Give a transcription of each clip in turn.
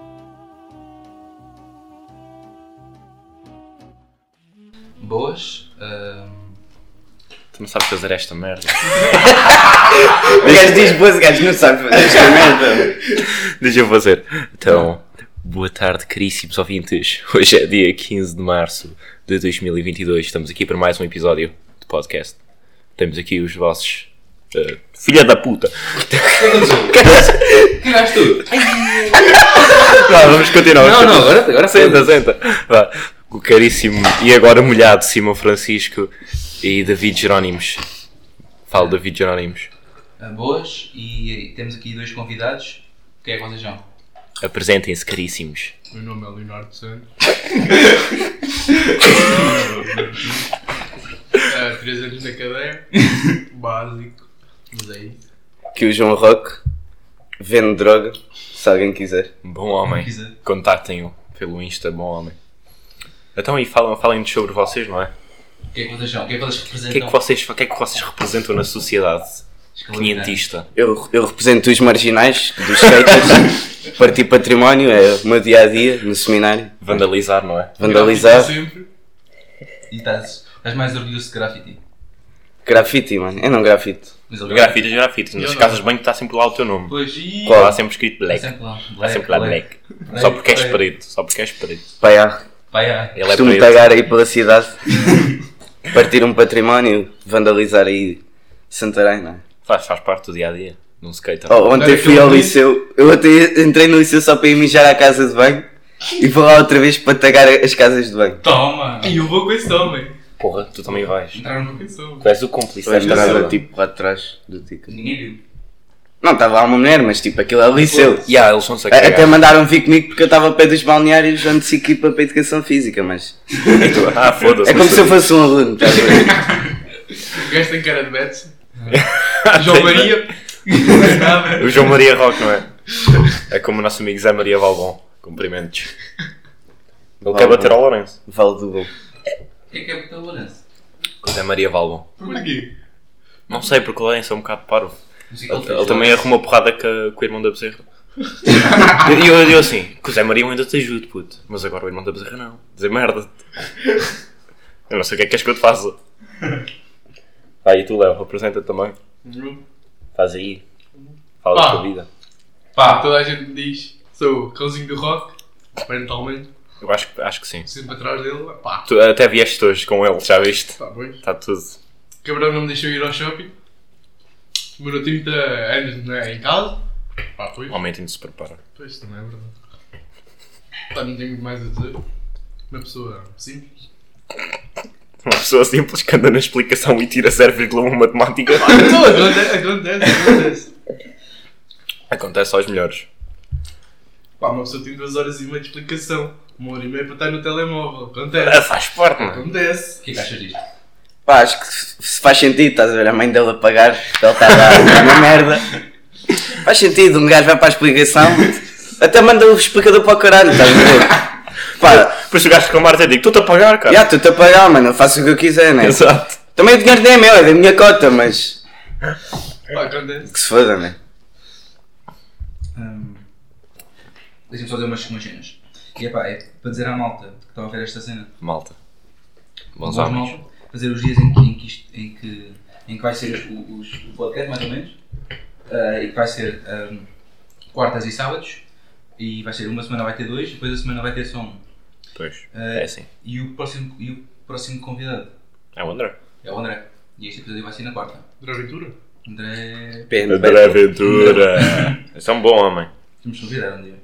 boas. ahm, Tu não sabes fazer esta merda. O gajo diz boas, o gajo não sabe fazer esta merda. Deixa eu fazer. Então, boa tarde, caríssimos ouvintes. Hoje é dia 15 de março de 2022. Estamos aqui para mais um episódio de podcast. Temos aqui os vossos. eh, filha da puta! Tiraste tudo! Vá, vamos continuar. Não, não, agora- agora senta, senta. Vá. O caríssimo e agora molhado Simão Francisco e David Jerónimos. Falo David Jerónimos. Ah, boas e, e temos aqui dois convidados. Quem é que vocês são? Apresentem-se, caríssimos. Meu nome é Leonardo Santos. Ah, Três anos na cadeia. Básico. Mas é isso. Que o João Roque vende droga, se alguém quiser. Bom homem. Quiser. Contactem-o pelo Insta, bom homem. Então, e falam- falem-nos sobre vocês, não é? Quem é que vocês são? Quem é que vocês O que, é representam? que vocês, o que é que vocês representam na sociedade quinhentista? Eu, eu represento os marginais dos skaters, partir património, é o meu dia a dia no seminário, Vandalizar, não é? vandalizar, Sempre. E estás, estás mais orgulhoso de graffiti. grafite, mano, eu não grafito. Mas ele Grafites, grafites. Nas Eu não. casas de banho está sempre lá o teu nome. Pois, e... Qual? Está sempre escrito Está black. sempre lá. Está é? sempre lá black. Só porque és preto. Só porque és preto. Pai, ah, Vai, ah. Ele é costumo preto. pagar aí pela cidade, partir um património, vandalizar aí Santarém, não é? Faz, faz parte do dia a dia. Num skater. Oh, ontem Olha, fui eu ao vi- liceu, eu até entrei no liceu só para ir mijar à casa de banho e vou lá outra vez para tagar as casas de banho. Toma! E eu vou com esse homem. Porra, tu também vais. Entraram Com no... esse homem. Tu és o cúmplice Vai desta estar merda. lá, tipo lá atrás do tipo. ticket. Ninguém viu. Não, estava lá uma mulher, mas tipo aquilo é o liceu. Yeah, eles são-se a A- Até cagar. mandaram vir comigo porque eu estava a pé dos balneários onde se equipa para a educação física, mas. Ah, foda-se. É como se eu fosse um aluno, estás a ver? O gajo tem cara de Betson. João Maria. né? O João Maria Roque, não é? É como o nosso amigo Zé Maria Valbon. Cumprimentos. Ele quer Valbon. bater ao Lourenço. Vale do gol. Quem é que é o teu Lourenço? Zé Maria Valbon. Porquê? Não sei, porque o Lourenço é um bocado parvo. Não sei o que Ele, fez. ele também é arrumou porrada com, com o irmão da Bezerra. E eu, eu assim, com o Zé Maria eu ainda te ajudo, puto. Mas agora o irmão da Bezerra não. Dizer merda. Eu não sei o que é que és que eu te faça. Vai, e tu, Léo, representa também. Faz aí. Fala da Ah. tua vida. Pá, Pá! toda a gente me diz. Sou o cãozinho do rock. Parentalmente. Eu acho, que- acho que sim. Sempre atrás dele. Pá. Tu até vieste hoje com ele, já viste? Tá bem. Está tudo. O cabrão não me deixou ir ao shopping. Demorou 30 anos né, em casa. Pá, pois. O homem tem de se preparar. Pois, também é verdade. Pá, não tenho muito mais a dizer. Uma pessoa simples. Uma pessoa simples que anda na explicação e tira 0,1 matemática. Não, acontece, acontece, acontece. Acontece aos melhores. Pá, uma pessoa tem duas horas e meia de explicação. Uma hora e meia para estar no telemóvel. Ah, Acontece. Faz parte, não é? O Acontece. que é que achas disto? Pá, acho que se se faz sentido, estás a ver? A mãe dele a pagar, ela está a dar uma merda. Faz sentido, um gajo vai para a explicação, até manda o explicador para o caralho, estás a ver? Pá, Depois o gajo reclamar até digo, estou-te a pagar, cara. já estou-te a pagar, mano, eu faço o que eu quiser, né? Exato. Também o dinheiro não é meu, é da minha cota, mas. Pá, acontece. Que se foda, né? Hum, Deixa-me só dizer umas, umas cenas. E é pá, é para dizer à malta que estava a ver esta cena. Malta. Bons Vamos homens. malta, fazer os dias em que, em que, isto- em que, em que vai ser os- os- o podcast, mais ou menos. Ah, e que vai ser ahm, quartas e sábados. E vai ser uma semana vai ter dois, depois a semana vai ter só um. Pois. Ah, É assim. E o próximo, e o próximo convidado É o André. é o André. E este episódio vai ser na quarta. Draventura? André. Pena, André Ventura. Esse é um bom homem. Temos que convidar um dia.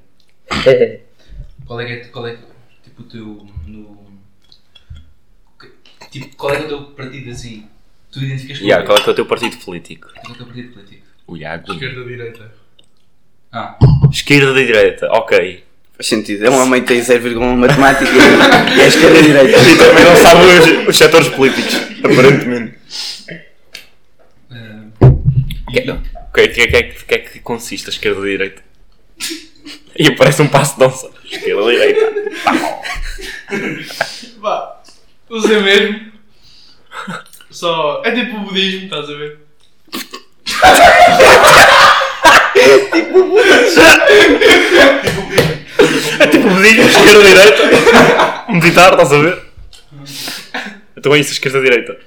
Qual é que é, qual é que- tipo, o teu. No, que- tipo, qual é que é o teu partido assim? Tu identificas com Yeah, o qual é que é o teu partido político? Qual é o teu partido político? O Iago. Esquerda-direita. Ah, Esquerda e direita, ok. Faz sentido, é um homem que tem 0,1 matemática e é esquerda-direita. E também não sabe os, os setores políticos, aparentemente. ah, O que, que, que, que, que é que consiste a esquerda e a direita? E aparece um passo de dança. Esquerda e direita. Pá, usei mesmo. Só. É tipo o budismo, estás a ver? um É tipo medir esquerda e direita. Meditar, estás a ver? Então é isso, esquerda-direita.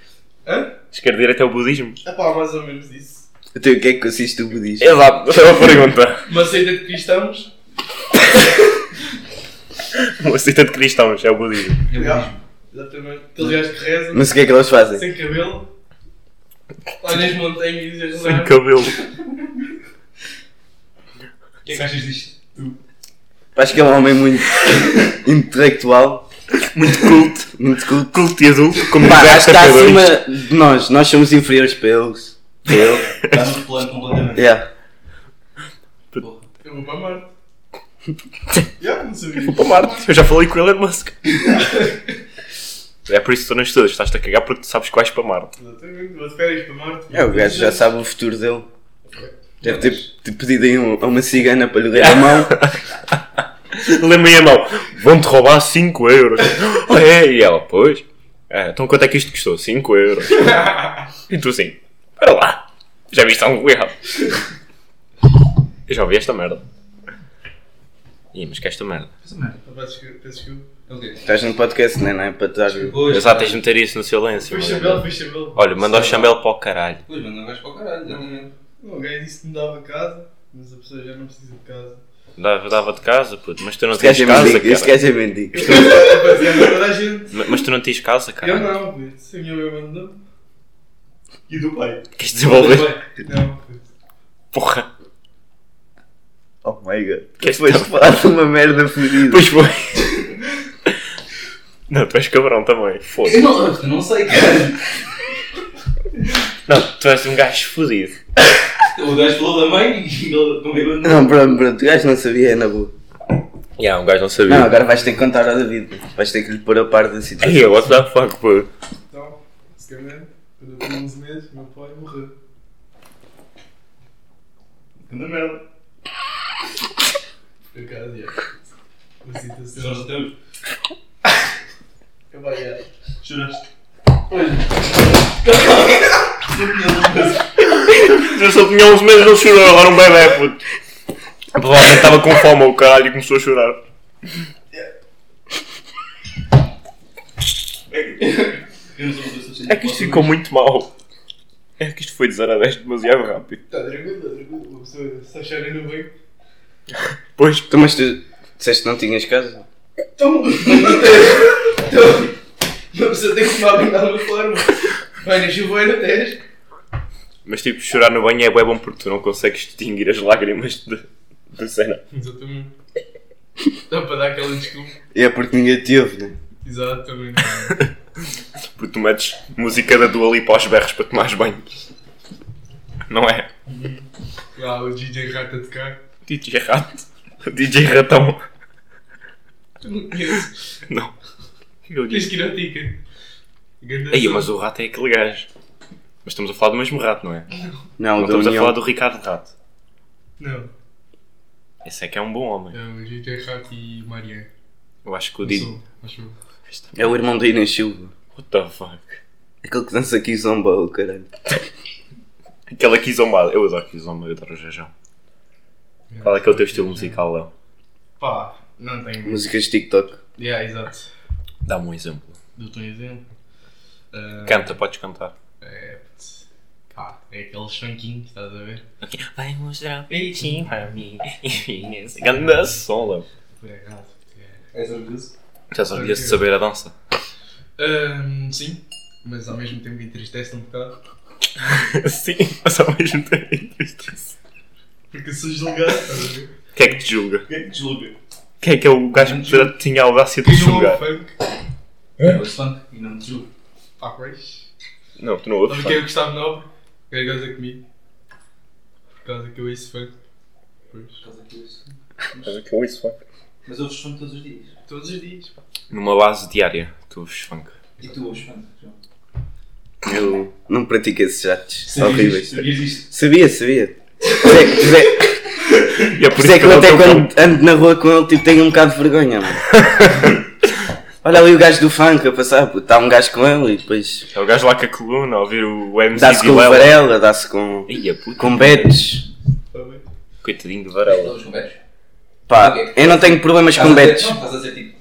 Hã? Esquerda-direita é o budismo? É pá, mais ou menos isso. Então, o que é que consiste o budismo? Exato, é uma pergunta. Uma seita de cristãos. Uma seita de cristãos, é o budismo. É o Yeah. budismo. Exatamente. Aqueles gajos que rezam, Mas o que é que eles fazem? sem cabelo. Lá nas montanhas e Sem cabelo. O que é que achas disto? Acho que é um homem muito intelectual, Muito culto. muito culto. Culto e adulto, como é Pá, diz acho que está Pedro. acima de nós. Nós somos inferiores para eles. Para ele. Está Tá no plano completamente. Yeah. Eu vou para Marte. Já, não sabia. Vou para Marte. Eu já falei com o Elon Musk. É por isso que tu não estudas, estás-te a cagar porque tu sabes que vais para Marte. Exatamente, vou de férias para Marte. É, o gajo já sabe o futuro dele. Deve ter, ter pedido aí um- a uma cigana para lhe ler a mão. Lembrei a mão, vão-te roubar 5 euros. Oh, é, e ela, pois. "Ah, então quanto é que isto custou? 5 euros. E tu assim, para lá, já viste algo errado. Eu já ouvi esta merda. Ih, mas que esta merda. Essa merda. Rapaz, desculpa, peço desculpa. É o quê? Estás num podcast, não é? Não é para estar. Pois, Exato, tens de meter isso no silêncio. Foi mano. Chabelo, foi Chabelo. Olha, manda o chambel para o caralho. Pois, mano, não é? vais para o caralho, exatamente. O gajo disse que me dava casa, mas a pessoa já não precisa de casa. Dava, dava de casa, puto, mas tu não Este tens gajo é casa, mendigo. Este cara. gajo é mendigo. Eu não toda a gente. Ma- Mas tu não tens casa, Eu cara. não, puto. Se a minha mãe mandou. E do pai? Queres desenvolver? Não, puto. Porra. Oh my god. Que é Depois de falar de uma merda fodida. Pois foi. Não, tu és cabrão também. Foda-se. Eu não, eu não sei, cara. Não, tu és um gajo fodido. O gajo falou da mãe e ele comeu a Não, pronto, pronto. O gajo não sabia, é na boa. Ya, um gajo não sabia. Não, agora vais ter que contar ao David. Vais ter que lhe pôr a par da situação. Ei, what the fuck, pô. Então, basicamente, quando eu tinha 11 meses, meu pai morreu. Grande é merda. Por acaso, já. Uma Se nós situação. não temos, Eu vai, já. choraste. Eu só tinha uns meses, ele chorou, agora um bebê, puto. Provavelmente estava com fome, o caralho, e começou a chorar. Eu não sou uma pessoa É que isto ficou muito mal. É que isto foi de 0 a 10 demasiado rápido. Está Tá tranquilo, está tranquilo. Uma pessoa se acharem no banco. Pois, Então, mas tu disseste que não tinhas casa? Então, então, uma pessoa tem que tomar banho de alguma forma. Vai na chuva e na tens. mas tipo, chorar no banho é bué bom porque tu não consegues extinguir as lágrimas de, de cena. Exatamente. Dá para dar aquela desculpa. É porque ninguém te ouve, né? Exatamente. Porque tu metes música da Dua Lipa aos berros para tomares banho. Não é? Lá o DJ Rata de cá. DJ Rato. DJ Ratão. Tu não conheces. Não. Eu Tens disse. que ir ao Tica. Ganda Aí, som. mas o rato é aquele gajo. Mas estamos a falar do mesmo rato, não é? Não, Não da estamos a União. falar do Ricardo Rato. Não. Esse é que é um bom homem. É o DJ Rata e Marian. Eu acho que o Didi. Acho eu. É o irmão do Inês Silva. What the fuck? Aquele que dança aqui zomba, o caralho. Aquela aqui zombada. Eu adoro que zomba, eu adoro o Jajão. Qual é que é o teu estilo musical, Léo? Pá, não tenho. Músicas de TikTok. Yeah, exato. Dá-me um exemplo. Dou-te um exemplo. Ah, Canta, podes cantar. É. putz, Pá, é aquele chanquinho, estás a ver? Vai mostrar um peitinho para mim. Ganda som, Léo. Por acaso. é. És orgulhoso? Estás orgulhoso de saber a dança? Ahm, Ah, sim, mas ao mesmo tempo entristece um bocado. Sim, mas ao mesmo tempo é entristece. Porque sou julgado, estás a ver? Quem é que te julga? Quem é que te julga? Quem é que é o gajo que tinha a audácia de te Quem ouve julgar? funk? Eu ouço funk É e não te julgo. Pá, pois. Não, tu não ouves. Sabe pá. quem é o Gustavo Nobre? Gargosa é comigo. Por causa que eu ouço funk. Pois. Mas o que é isso, pá? Mas ouves funk todos os dias. Todos os dias. pá. Numa base diária, tu ouves funk. E tu ouves funk, João? Eu não pratico esses jatos. Sabias Horríveis. é isto? Sabias isto? Sabia, sabia. Por isso é que- por isso é- E é por isso é que eu até quando ando na rua com ele tipo, tenho um bocado de vergonha, mano. Olha ali o gajo do funk a passar, puto. Está um gajo com ele e depois É o gajo lá com a coluna, a ouvir o MC dá-se de com o Varela. Varela, dá-se com, Ai, a puta. com Betes. Está Tá bem? Coitadinho de Elas Varela. ouves com betes? Pá, eu não tenho problemas com Estás a dizer- Betes. Não, estás a dizer tipo.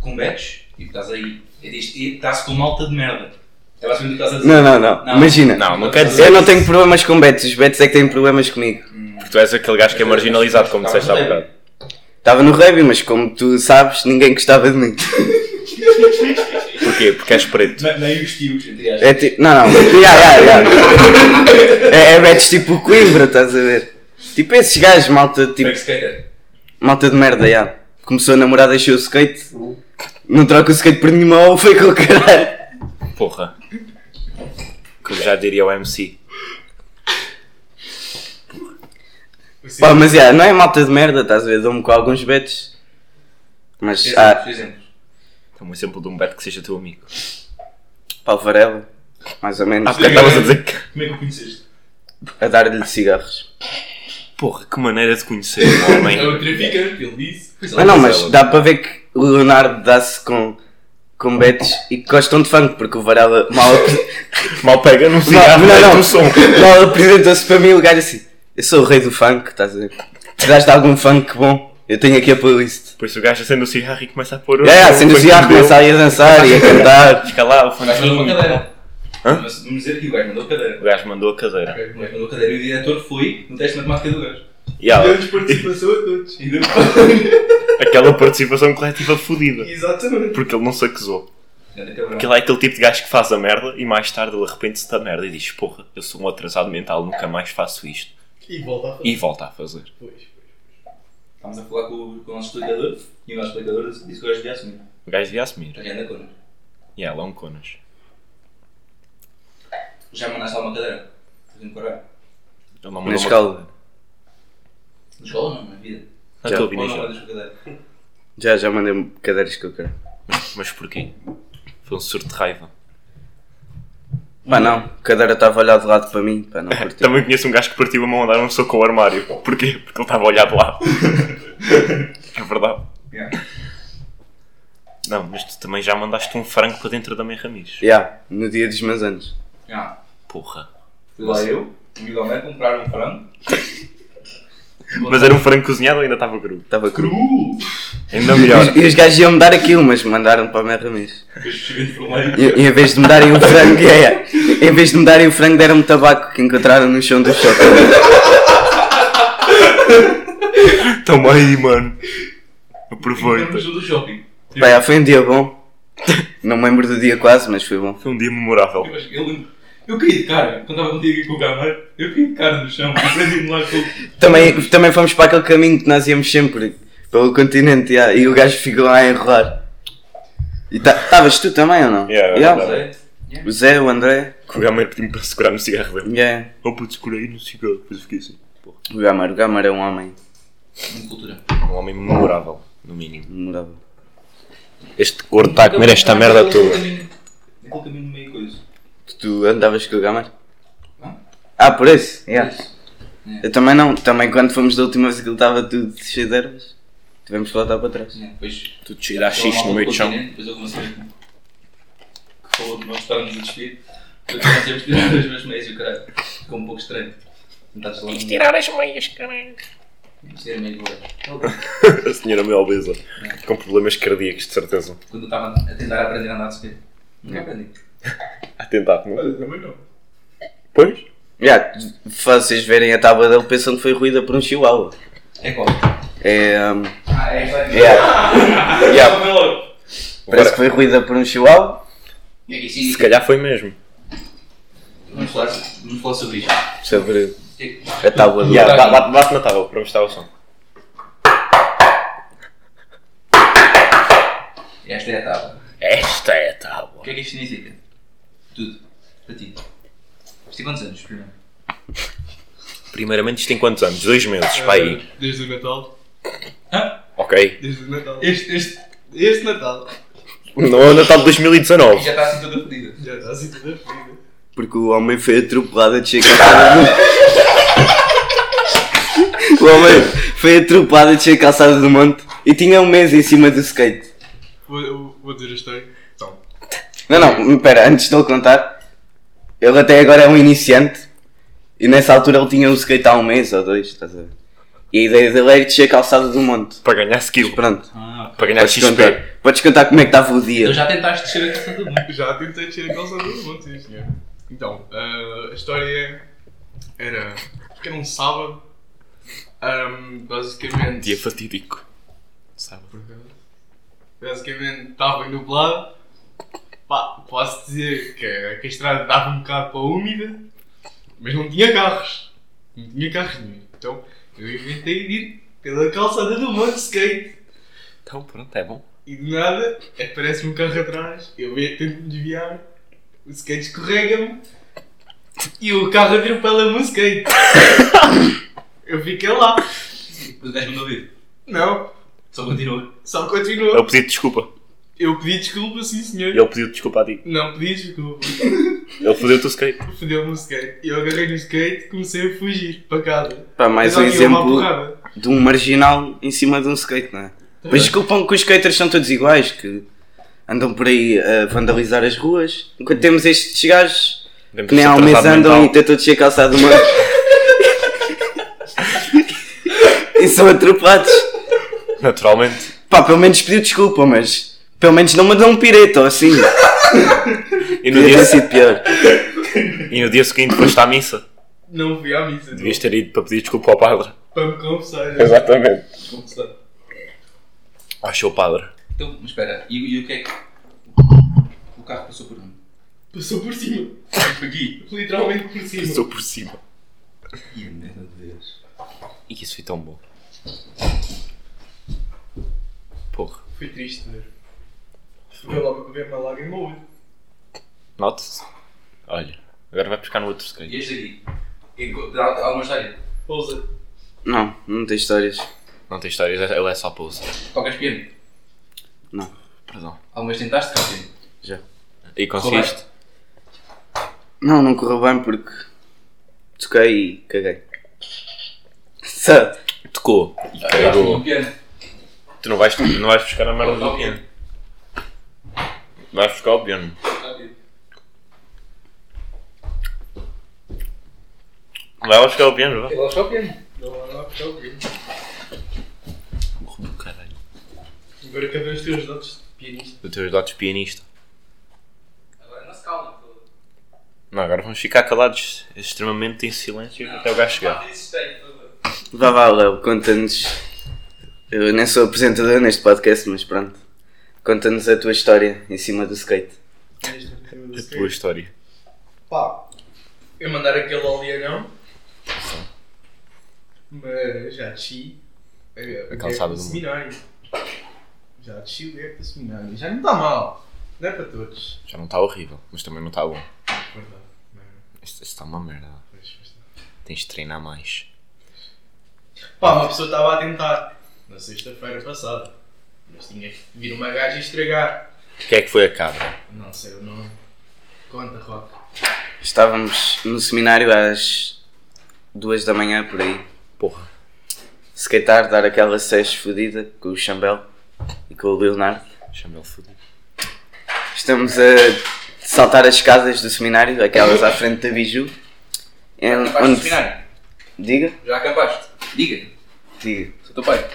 Com betes? Tipo, estás aí. É disto, e está-se com malta de merda. É basicamente o que estás a dizer. Não, não, não. Não. Imagina. Não, não quer dizer Eu É, não isso. tenho problemas com betos, os betos é que têm problemas comigo. Porque tu és aquele gajo que é marginalizado, como disseste há bocado. Estava no rugby, mas como tu sabes, ninguém gostava de mim. Porquê? Porque és preto. Me- Meio é, os tios, entre aspas. É tipo. Não, não. Ya, ya, ya. É, é betos tipo o Coimbra, estás a ver? Tipo esses gajos, malta, tipo, Frank Skater. malta de merda, já. Começou a namorar, deixou o skate. Não troca o skate por nenhuma ou foi com o caralho. Porra. Como já diria o MC. Assim, Pá, mas já, não é malta de merda, estás a ver? Dou-me com alguns betos. Mas Exemplos, há. exemplos. É um exemplo de um beto que seja teu amigo. ah, Pá, o Varela, mais ou menos, Há bocado estavas a dizer que. Como é que o conheceste? a dar-lhe cigarros. Porra, que maneira de conhecer um homem. É o traficante. Ele disse. Ah, não, mas Varela. dá para ver que o Leonardo dá-se com, com betos e que gostam de funk, porque o Varela mal, Mal pega num mal, cigarro, não, não, não, um som. mal apresentou-se para mim o gajo assim, eu sou o rei do funk, estás a ver? Tu dás algum funk bom, eu tenho aqui a playlist. Depois o gajo acende o cigarro e começa a pôr o. É, yeah, sendo assim, ah, começa aí a dançar e a cantar. Fica é lá, o O fone. gajo mandou uma cadeira. Hã? Mas Vamos dizer que o gajo mandou O cadeira. gajo mandou a cadeira. O gajo mandou cadeira e o diretor foi no teste de matemática do gajo. E ela, Deu-lhes participação a todos. E depois. aquela participação coletiva fodida. Exatamente. Porque ele não se acusou. Ganda cabrão. Porque ele é aquele tipo de gajo que faz a merda e mais tarde ele arrepende-se da merda e diz: Porra, eu sou um atrasado mental, nunca mais faço isto. E volta a fazer. E volta a fazer. Pois. Estávamos a falar com o, com o nosso explicador e o nosso explicador disse que o gajo devia assumir. O gajo devia assumir. Já anda connosco. E ela é um conas. Já mandaste alguma cadeira? um Estás em Corá? Ele não mandou Na uma escola. cadeira. Na escola ou não, na vida. Na Já. tua Ou vida, não já. mandas cadeira? Já, já mandei cadeiras que eu quero. Mas porquê? Foi um surto de raiva. Pá, não, a cadeira estava a olhar de lado para mim, pá, não curti. Também conheço um gajo que partiu a mão a dar um soco ao armário. Porquê? Porque ele estava a olhar de lado. é verdade. Yeah. Não, mas tu também já mandaste um frango para dentro da minha ramiz. Já, no dia dos meus anos. Ah, Porra. Fui lá eu, o Miguel Mé comprar um frango. Mas era um frango cozinhado ou ainda estava cru? Estava cru. Uh! Ainda melhor. E os gajos iam me dar aquilo, mas mandaram para a minha remis. Depois cheguei de vermelho. E, e em vez de me darem o frango, é, é. em vez de me darem o frango, deram-me tabaco que encontraram no chão do shopping. Toma aí, mano. Foi. Aproveita. do shopping. Pá, já foi um dia bom. Não me lembro do dia quase, mas foi bom. Foi um dia memorável. Eu acho que eu lembro. Eu caí de cara, quando estava contigo aqui com o Gamar, eu caí de cara no chão, e prendi-me lá com o. Também, também fomos para aquele caminho que nós íamos sempre, pelo continente, já, e o gajo ficou lá a enrolar. E estavas tu também ou não? Yeah, Já. verdade. Zé. O Zé, o André. Que o gamer pediu-me para segurar no cigarro dele. Yeah. Oh puto, segurei no cigarro. Depois eu fiquei assim. Porra. O Gamar, o Gamar é um homem Muito cultura. Um homem memorável, no mínimo. memorável. Este gordo está a comer esta merda Aquele toda. caminho- Aquele caminho meio coisa. Que Tu andavas com o Gamar? Não. Ah, por isso? Yeah. Isso. Eu também não, também quando fomos da última vez aquilo estava tudo cheio de ervas, tivemos que voltar para trás. Sim, Depois. Tu te cheiras xixi no meio do chão. né? Depois eu comecei. Que falou que nós estávamos a despedir. Depois comecei a tirar as minhas meias e o caralho. Ficou um pouco estranho. tá Tens tirar as meias, caralho. A senhora meio obesa. Com problemas cardíacos, de certeza. quando eu estava a tentar aprender a andar de skate. Nunca aprendi. A tentar, não? é? Olha, também não. Pois? Já, se vocês verem a tábua dele pensam que foi ruída por um chihuahua. É qual? É, hum, Ah, é esta aqui. yeah, é yeah, Agora- parece que foi ruída por um chihuahua. E aqui, Se sim, calhar foi mesmo. Vamos falar, vamos falar sobre isto. Sobre Que- a tábua dele. Yeah, ba- bate, bate na tábua para mostrar o som. Esta é a tábua. Esta é a O tábua. que é que isto significa? Tudo. Para ti. Isto tem quantos anos, primeiro? Primeiramente, isto tem quantos anos? Dois meses, pá aí. Ah, Desde o Natal. Ok. Desde o Natal. Este, este, este Natal. Não é o Natal de E 2019. já está assim toda fodida. Já está assim toda ferida. Porque o homem foi atropelado a descer com a calçada do monte. O homem foi atropelado a descer a calçada do monte e tinha um mês em cima do skate. Vou, eu vou dizer a história. Então, Não, não, espera, antes de ele contar, ele até agora é um iniciante e nessa altura ele tinha um skate há um mês ou dois, estás a ver? E a ideia dele era descer a calçada do monte. Para ganhar skill. Pronto. Ah, ok. Para ganhar Podes XP. contar, podes contar como é que estava o Então dia. já tentaste descer a calçada do mundo. Já tentei tirar a calça do monte, sim, senhor. Então, ah, a história era. Acho que era um sábado. Ahm, basicamente. Dia fatídico. Sabe? Porque, Basicamente estava nublado. Pá, posso dizer que, que a estrada dava um bocado para a úmida, mas não tinha carros. Não tinha carros nenhum. Então eu inventei de ir pela calçada do monte de skate. Então pronto, é bom. E do nada aparece um carro atrás, eu ia tento me desviar, o skate escorrega-me e o carro atropela-me o skate. eu fiquei lá. Mas o gajo mandou vir. Não, Só continuou. só Ele continuou. pediu desculpa. É Eu pedi desculpa, sim senhor. Ele pediu desculpa a ti. Não pedi desculpa. Ele fodeu-te o skate. Fudeu-me o skate. E eu agarrei no skate e comecei a fugir para casa. Pá, mais Mas um alguém deu-me uma exemplo porrada. de um marginal em cima de um skate, não é? Mas desculpam que os skaters são todos iguais, que andam por aí a vandalizar as ruas. Enquanto temos estes gajos que é nem há um mês andam e tentam descer a calçada do mar. e são atropelados. Naturalmente. Pá, pelo menos pediu desculpa, mas pelo menos não mandou um pireto ou assim. E no, Podia dia, ter sido pior. e no dia seguinte foste à missa. Não fui à missa. Devias ter ido para pedir desculpa ao padre. Para me confessar. Exatamente. Começou. Achou é o padre. Então, mas espera, e, e o que é que. O carro passou por onde? Passou por cima. Aqui. Literalmente por cima. Estou por cima. Ih, meu Deus. E isso foi tão bom. Porra. Foi triste ver. Veio logo ver uma lágrima ao olho. Nota-se. Olha. Agora vai buscar no outro skate. E este aqui? Enco- Há há alguma história? Pousa. Não, não tem histórias. Não tem histórias, ele é só pouso. Tocas piano? Perdão. Algumas tentaste tocar piano? E conseguiste? Não, não correu bem porque toquei e caguei. Só. Tocou. é? E Tocaste cagou. um piano. Tu não vais, não vais buscar a merda do piano. Vais buscar o piano. Vai lá buscar o piano, vá. Ele achou o piano. Burro do caralho. Agora quero ver os teus dados de pianista. Dos teus dados de pianista. Agora não se calma. pô. Não, agora vamos ficar calados extremamente em silêncio até o gajo chegar. Ah, isso tem, por favor. Vá, vá, Léo, conta-nos. Eu nem sou apresentador neste podcast, mas pronto. Conta-nos a tua história em cima do skate. Neste tema do A skate. tua história. Pá, eu mandar aquele oleanão. Mas já desci. A calçada do mundo. seminário. Já desci o deck do seminário. Já não está mal. Não é para todos. Já não está horrível, mas também não está bom. Verdade. Não, Isto isto está uma merda. pois, pois não. Tens de treinar mais. Pá, uma pessoa estava a tentar. Na sexta-feira passada. Mas tinha que vir uma gaja e estragar. O que é que foi a cabra? Não sei o nome. Conta, Rock. Estávamos no seminário às duas da manhã, por aí. Porra. Skatear, dar aquela seis fodida com o Chambel e com o Leonardo. Chama ele fudido. Estamos a saltar as escadas do seminário, aquelas à frente da Biju. em- Acabaste de terminar? Diga, Já acabaste? Diga, diga. sou teu pai.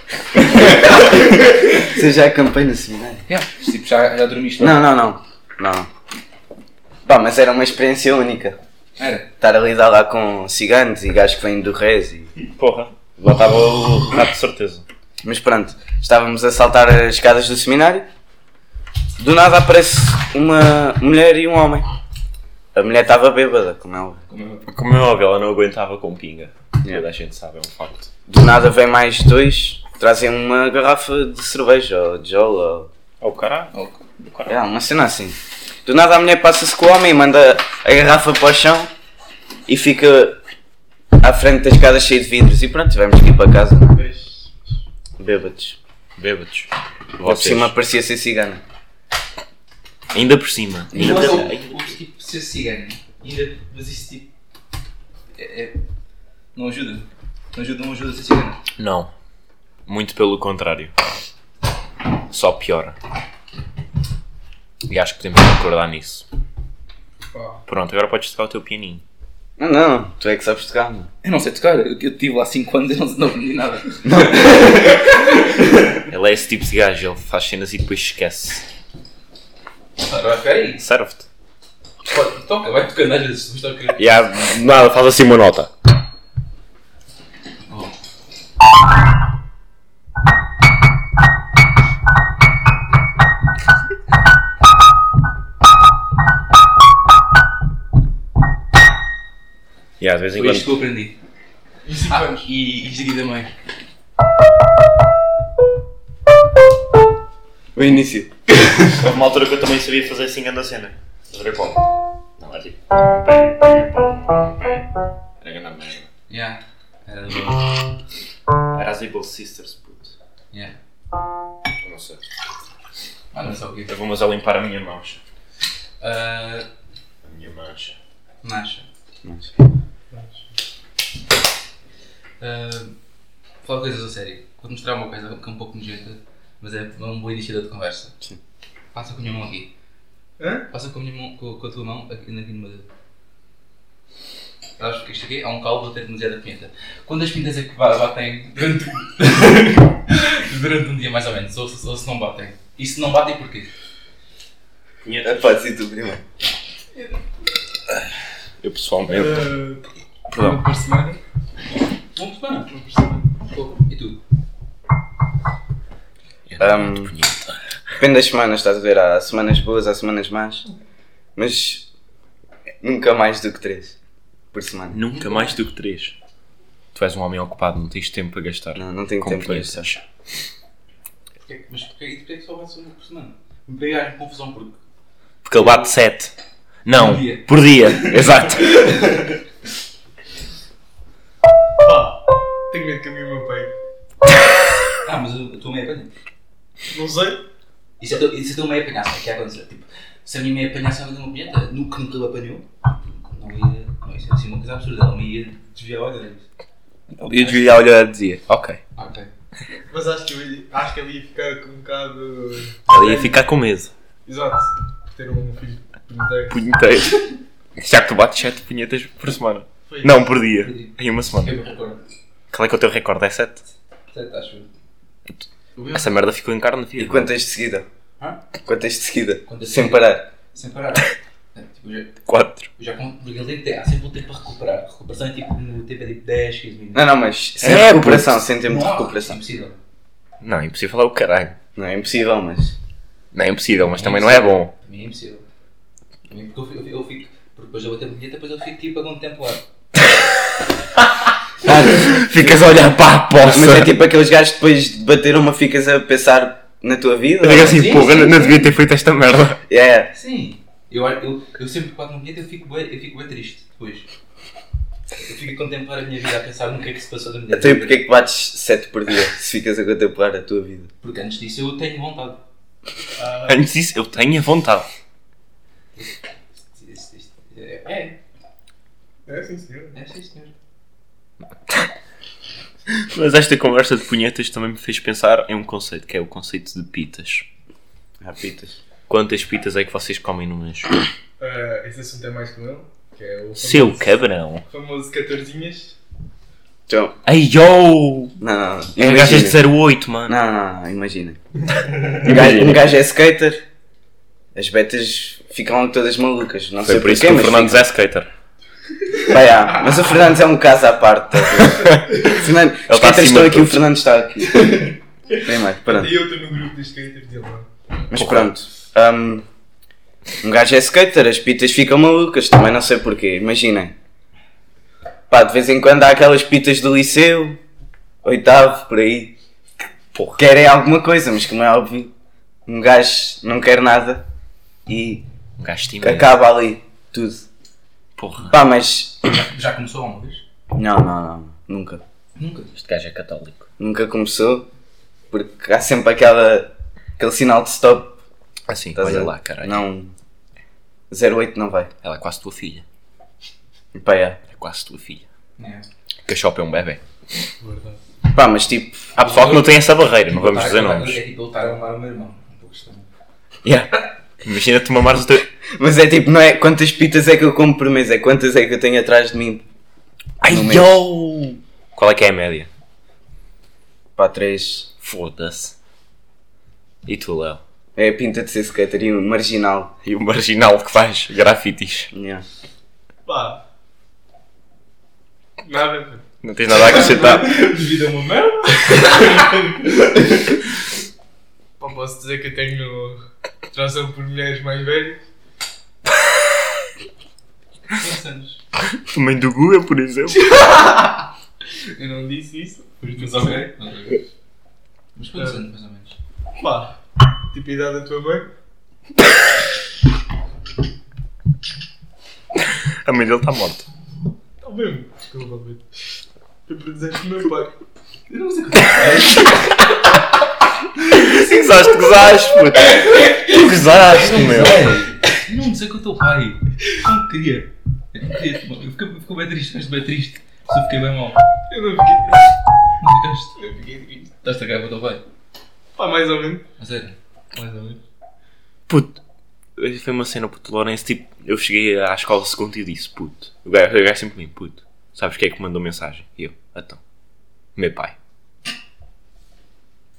Você já acampei no seminário? Tipo, já, já dormiste? Não, não, não. Não. Pá, mas era uma experiência única. Era? Estar a lidar lá com ciganos e gajos que vêm do Rez. E... Porra. Lá estava o rato de certeza. Mas pronto, estávamos a saltar as escadas do seminário. Do nada aparece uma mulher e um homem. A mulher estava bêbada, como é óbvio. Como Como é óbvio, ela não aguentava com pinga. Yeah. Toda a gente sabe, é um facto. Do nada vem mais dois, trazem uma garrafa de cerveja ou de jola ou Oh, caralho. eu? Oh, caralho. É, uma cena assim. Do nada a mulher passa-se com o homem, manda a garrafa para o chão e fica à frente das escadas cheia de vidros. E pronto, tivemos que ir para casa, não é? Pois. bêbados. Bêbados. Por Vocês. cima parecia ser cigana. Ainda por cima. Ainda Ainda por cima. o, o tipo de ser cigano. Ainda, mas isso tipo. É, é- não ajuda. Não ajuda, não ajuda a ser cigano. Não. Muito pelo contrário. Só piora. E acho que podemos concordar nisso. Pá. Pronto, agora podes tocar o teu pianinho. Não, não, tu é que sabes tocar, mano. Eu não sei tocar, eu, eu tive lá 5 anos e não, não aprendi nada. Ele é esse tipo de gajo, ele faz cenas e depois esquece. Agora vai ficar aí. Serve-te. Pode, toca, vai tocando às vezes. Mas toca. E há- nada, faz assim uma nota. E às vezes Foi isto que enquanto. eu aprendi. Ah, e isto aqui também. O início. Houve uma altura que eu também sabia fazer assim grande a cena. Estás a ver como? Não, é tipo. Era grande merda. Yeah. Era do bom. Era as Evil Sisters, puto. Yeah. Eu não sei. Ah, não sei o quê. Eu vou mas a limpar a minha mancha. Ah, A minha mancha. Nasce. Nasce. Ah, falar coisas a sério. Vou-te mostrar uma coisa que é um pouco nojenta, mas é um bom iniciador de conversa. Sim. Passa com a minha mão aqui. Hã? Passa com a, minha mão, com, com a tua mão aqui, aqui no meu dedo. Sabes que isto aqui é um caldo até demasiado da pinta. Quantas pintas é que ba- batem durante, durante um dia, mais ou menos? Ou, se- ou se não batem? E se não batem, porquê? É pá, diz tu primeiro. Eu pessoalmente. Uh, Perdão. por semana. Uma por semana. Uma por semana. Pouco. E tu? Depende das semanas, estás a ver? Há semanas boas, há semanas más. Mas nunca mais do que três por semana. Nunca mais do que três. Tu és um homem ocupado, não tens tempo para gastar. Não, não tenho com tempo para isso. preguiças. Porquê? Mas porquê, e porquê é que só bates uma por semana? Me pegaste em confusão porque. Porque ele bate sete. Não, Por dia. por dia. Exato. Pá, tenho medo que a minha mãe pegue. Ah, mas a tua mãe apanha. Não sei. E se a tua- e se a tua mãe apanhasse, o que ia acontecer? Tipo, se a minha mãe apanhasse ela de uma punheta, no que nunca apanhou, não ia. Não, isso é assim uma coisa absurda, ela me ia desviar o olho. E o Julia a olhar e dizia: Ok. Ok. Mas acho que, eu ia- acho que ele ia ficar com um bocado. Ela ia ficar com medo. Exato. por Ter um filho. punheteiro. Punheteiro. Já que tu bates sete punhetas por semana. Foi Não, por dia. Por dia. Em uma semana. Eu me recordo. Qual é que é o teu recorde? É sete. Certo, acho eu. O meu? Essa merda ficou em carne E viva. quantas de seguida? Hã? Quantas de seguida? Quantas de Sem seguida? parar. Sem parar. É, tipo, eu já, Quatro. eu já conto, porque ele tem, há sempre um tempo para recuperar. A recuperação é tipo, no tempo é tipo 10, 15 minutos. Não, não, mas sem É, recuperação, puto. sem tempo de Não há, recuperação. Impossível. Não, é impossível falar o caralho. Não é impossível, mas. Não é impossível, mas também não é bom. Para mim é impossível. Para mim, porque eu fico, eu fico- porque depois eu vou ter mulher, depois eu fico tipo a contemplar. Ficas a olhar para a poça. Mas é tipo aqueles gajos que depois de bater uma ficas a pensar na tua vida. Eu digo assim, Sim, porra, sim, não, não sim. devia ter feito esta merda. É, Sim. Eu, eu, eu sempre que bato uma mulher, eu fico bem, eu fico bem triste depois. Eu fico a contemplar a minha vida, a pensar no que é que se passou da minha até vida. porque é que bates 7 por dia se ficas a contemplar a tua vida? Porque antes disso eu tenho vontade. Ah, Antes disso, eu tenho a vontade. Isto- isto- É, é, É, sim, senhor. é sim senhor. Mas esta conversa de punhetas também me fez pensar em um conceito, que é o conceito de pitas. Há pitas. Quantas pitas é que vocês comem no mês? Ah, esse assunto é mais com ele. Que é o Seu famoso, cabrão. famoso 14inhas. Então, Ei, yo! não, não, não. É gajas de 08, mano. Não, não, não, imagina. Um gajo, um gajo é skater, as betas ficam todas malucas. Não Foi sei por isso porquê, que o mas Fernandes é skater. fica- Vai, ah, mas o Fernandes é um caso à parte. tá a ver? O Fernando, os tá skaters acima estão de aqui, o todos. Fernando está aqui. Primeiro, pronto. E eu estou no grupo dos skaters dele lá. Mas pronto. Um, um gajo é skater, as pitas ficam malucas, também não sei porquê, imaginem. Pá, de vez em quando há aquelas pitas do liceu, oitavo, por aí. Porra. querem alguma coisa, mas como é óbvio, um gajo não quer nada e Um gajo tímido. acaba ali tudo. Porra. Pá, mas. Já começou uma vez? Não, não, não, nunca. Nunca. Este gajo é católico. Nunca começou porque há sempre aquela, aquele sinal de stop. Assim, estás a olha ver? lá, caralho. Não. 08 não vai. Ela é quase tua filha. Pá, é. É quase tua filha. É. Cachopa é um bebê. Verdade. Pá, mas tipo, Há pessoal que não Tá, tem essa barreira, não vamos Voltar- dizer voltar- nomes. É tipo voltar a amar o meu irmão. Um pouco estranho. Yeah. Imagina-te mamares o teu. Mas é tipo, não é quantas pitas é que eu como por mês, é quantas é que eu tenho atrás de mim. Ai, No mês. yo! Qual é que é a média? Pá, três. Foda-se. E tu, Léo? É a pinta de ser skater e o marginal. E o marginal que faz grafitis. Yeah. Pá. Nada. Não tens nada a acrescentar. Vida é uma merda. Pá, posso dizer que eu tenho atração por mulheres mais velhas. Quantos anos? Mãe do Guga, por exemplo. Eu não disse isso. Mas ok. Mas quantos anos, mais ou menos? Pá. Tipo a idade da tua mãe. A mãe dele está morta. Tá mesmo. Desculpa, Pedro. Foi para dizer que o meu pai. Eu não sei o Gozaste, gozaste, puto. Gozaste, meu. Sei. Não sei com o teu pai. Como queria. Eu não queria. tipo, Eu fiquei, eu fiquei bem triste, ficaste bem triste. Só fiquei bem mal. Eu não fiquei. Não ficaste. Eu fiquei triste. Estás a cagar com o teu pai. Pá, mais ou menos. A sério. Mais ou menos. Puto. Foi uma cena, puto, Lourenço, tipo, eu cheguei à escola segunda e disse, puto. O gajo, o gajo sempre me puto. Sabes quem é que mandou mensagem? E eu, então. Meu pai.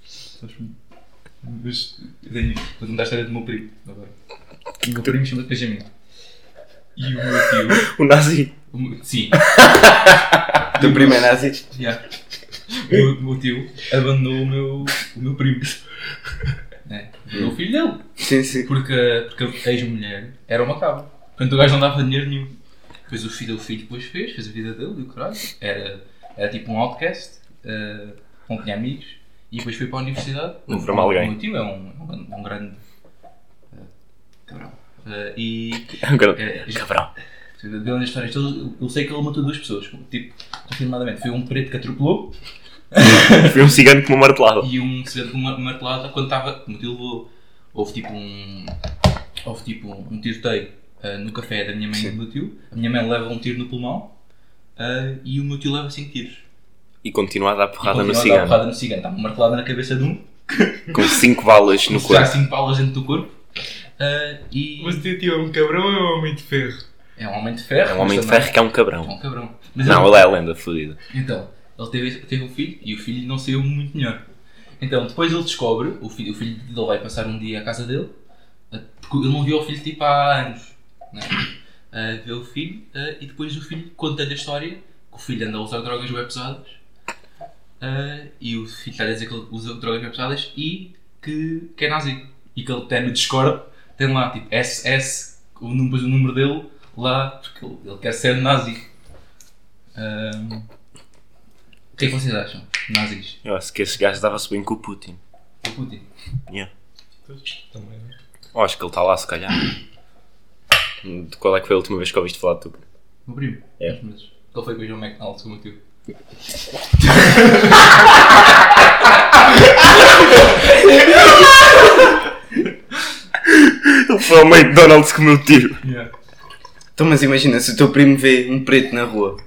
Sabes como- Mas eu tenho. Vou contar a história do meu primo agora. O meu primo chama-se Benjamin. E o meu tio. O nazi. o meu- sim. Do primeiro nazi. Yeah. O meu- o meu tio abandonou o meu, o meu primo. Né? Abandonou O filho dele. Sim, sim. Porque, porque a ex-mulher era uma cabra. Portanto, o gajo não dava dinheiro nenhum. Depois o filho, o filho depois fez, fez a vida dele e o caralho. Era, era tipo um outcast, eh, não tinha amigos. E depois foi para a universidade. Não foi mal O meu- alguém. O meu tio é um, é um, é um grande... eh, cabrão. Eh, e... Agora, É, Cabrão. Deu nas histórias todas, eu- eu sei que ele matou duas pessoas, tipo, confirmadamente. Foi um preto que atropelou Foi um cigano com uma martelada. e um cedente com uma uma martelada quando estava. Como ele levou. Houve tipo um. Houve tipo um, um tiroteio ah, no café da minha mãe e do meu tio. A minha mãe leva um tiro no pulmão ah, e o meu tio leva 5 tiros. E continua a dar porrada no Continua a dar cigano. Porrada no cigano. Está uma martelada na cabeça de um, Com cinco balas no está corpo. 5 balas dentro do corpo. ah, e Mas o teu tio é um cabrão ou é um homem de ferro? é um homem de ferro. É um homem mas de também ferro que é um É cabrão. um cabrão. Mas Não, ele é a lenda fodida. Então, ele teve, teve um filho e o filho não saiu muito melhor. Então, depois ele descobre, o filho, o filho dele vai passar um dia à casa dele, eh, porque ele não viu o filho tipo há anos. Né? Eh, vê o filho eh, e depois o filho conta-lhe a história que o filho anda a usar drogas bem pesadas eh, e o filho está a dizer que ele usa drogas bem pesadas e que, que é nazi. E que ele tem no Discord, tem lá tipo SS, o número, o número dele lá, porque ele, ele quer ser nazi. Ahm, o que é que vocês acham? Nazis? Eu acho que esse gajo dava-se bem com o Putin. O Putin? Também. Eu acho que ele está lá, se calhar. De qual é que foi a última vez que ouviste falar de tu? Meu primo? É. Mas, mas, ele foi com o João McDonald's como teu. Ele foi ao McDonald's com o meu tiro. Então, mas imagina, se o teu primo vê um preto na rua,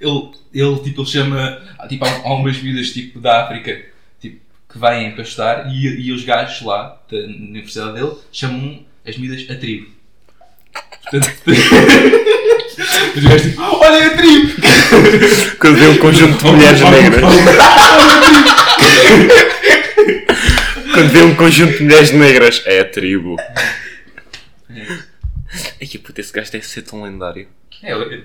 Ele, ele, tipo, ele chama, ah, tipo, há algumas vidas, tipo, da África, tipo, que vêm para estudar e, e os gajos lá, da, na universidade dele, chamam as miúdas a tribo. Portanto, os gajos, tipo, olha a tribo! Quando vê um conjunto de mulheres negras. Quando vê um conjunto de mulheres negras. É a tribo. Ai que puto, esse gajo deve ser tão lendário. É, é,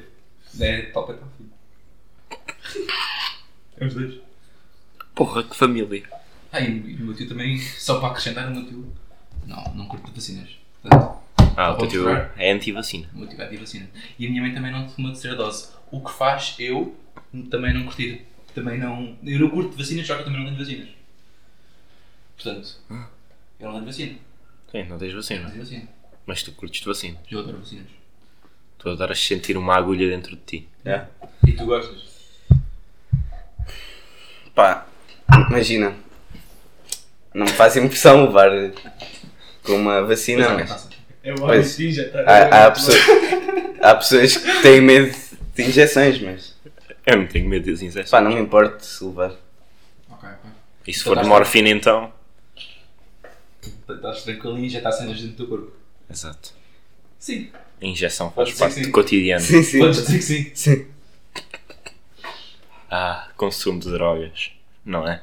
é, top, é top. É os dois. Porra, que família. Ah, e o e o meu tio também, só para acrescentar, o meu tio não, não curte vacinas. Portanto, Ah, o teu Vamos tio ver. é anti-vacina. o meu tio é anti-vacina. E a minha mãe também não toma a terceira dose. O que faz eu também não curtir. Também não. Eu não curto vacinas, só que eu também não tenho vacinas. Portanto, eu não tenho vacina. Sim, não tens Eu não vacina. tenho vacina. Mas tu curtes de vacina. Eu adoro vacinas. Tu adoras sentir uma agulha dentro de ti. E tu gostas? pá, imagina, não me faz impressão levar com uma vacina, Pois é, mas passa. É o Pois. homem já está. há, Ah, há, pessoas, há pessoas que têm medo de injeções, mas Eu não tenho medo das insetos. pá, não me importo se levar. Ok, ok. E se for de morfina então? Tá, Estás tranquilinho e já está sendo dentro do teu corpo. Exato. Sim. A injeção Pode faz ser parte que sim. do cotidiano. Sim, sim. Podes dizer que sim. tá. Sim. Ah, consumo de drogas. Não é?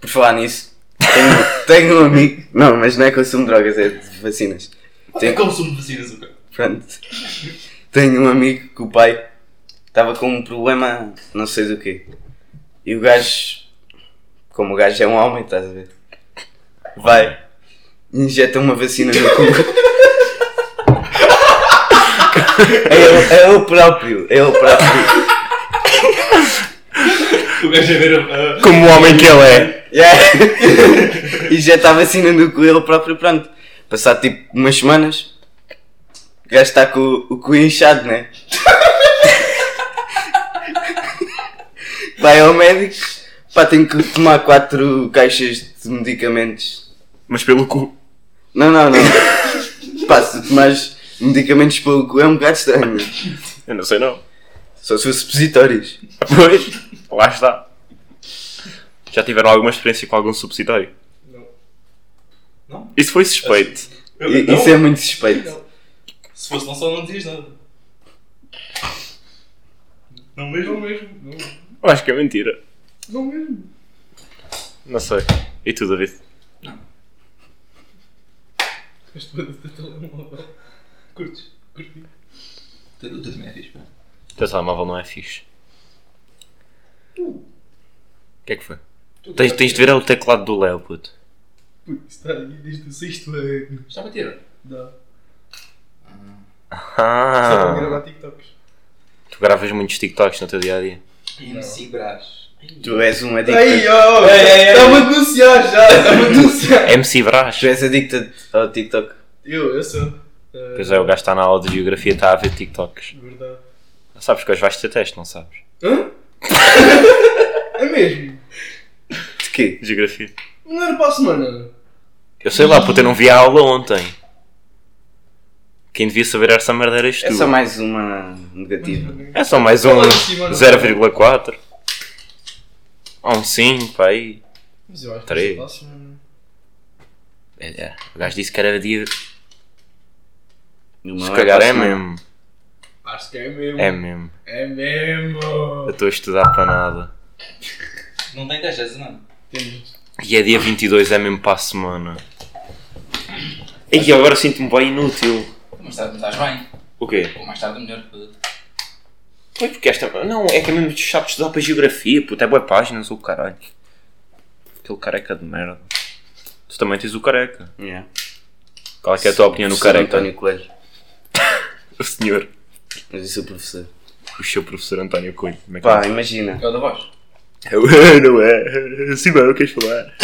Por falar nisso, tenho, tenho um amigo. Não, mas não é consumo de drogas, é de vacinas. Tem Tem- consumo de vacinas, o cara. Pronto. Tenho um amigo que o pai estava com um problema, não sei do quê. E o gajo, como o gajo é um homem, estás a ver? Vai, injeta uma vacina no cu. É ele, é ele próprio, é ele próprio. ah. O é gajo a ver a. ah. a- Como o homem que ele é. Yeah. Injeta a vacina assim no cu, ele próprio, pronto. Passar tipo umas semanas, o gajo está com o- o cu inchado, né? Vai ao médico, pá, tenho que tomar quatro caixas de medicamentos. Mas pelo cu. Não, não, não. Pá, se tu tomares medicamentos pelo cu é um bocado estranho. Eu não sei não. Só se fosse supositórios. Pois. Lá está. Já tiveram alguma experiência com algum subsidiário? Não. Não? Assim. Isso foi suspeito. I- Não. Isso é muito suspeito. é- Se fosse não só não dizias nada. Não mesmo? Não mesmo, não, Eu acho que é mentira. não mesmo. Não sei. E tu, David? Mas tu andas de telemóvel. Curtes? Curti. Tu tu também é fixe, pá. O teu telemóvel não é fixe. Hum. O que é que foi? Tens, tens de ver o teclado do Léo, puto. Puto, isso está aí desde o sexto ano. Está a bater. Dá. Só para Ah, gravar TikToks. tu gravas muitos TikToks no teu dia a dia. MC Brás. Tu és um adicto. Ei, ó! Tá Ei, ei, ei. Está-me a denunciar já! tá Está-me a denunciar! MC Brás. Tu és adicto ao TikTok. Eu, eu sou. Ah, Pois é, o gajo está na aula de geografia, está a ver TikToks. Verdade. Sabes que hoje vais ter teste, não sabes? Hã? é mesmo? De quê? De Geografia. Não era para a semana? Eu sei lá, puto, eu não vi a aula ontem. Quem devia saber essa merda eras tu. É só mais uma negativa. É só mais um 0,4. Ou um 5, pá aí. Mas eu acho que Três. é para a semana. É, é. O gajo disse que era dia. Se Uma calhar é próxima. mesmo. Acho que é mesmo. É mesmo. É Eu mesmo. estou a estudar para nada. Não tem gajas, não. Temos. E é dia 22, é mesmo para a semana. E agora sinto-me bem inútil. Mas tarde não estás bem. O quê? Ou mais tarde melhor. puto. Foi porque esta. Não, é que é mesmo chato estudar para geografia, puto. É boa páginas, o caralho. Aquele careca de merda. Tu também tens o careca. Yeah. Qual é, que é a tua opinião no Professor careca? António Coelho. O senhor. Mas isso é o professor. O seu professor António Coelho. Como é que Pá, imagina. É o da voz. é? Eu- eu não é? Sim, bem, eu quero falar.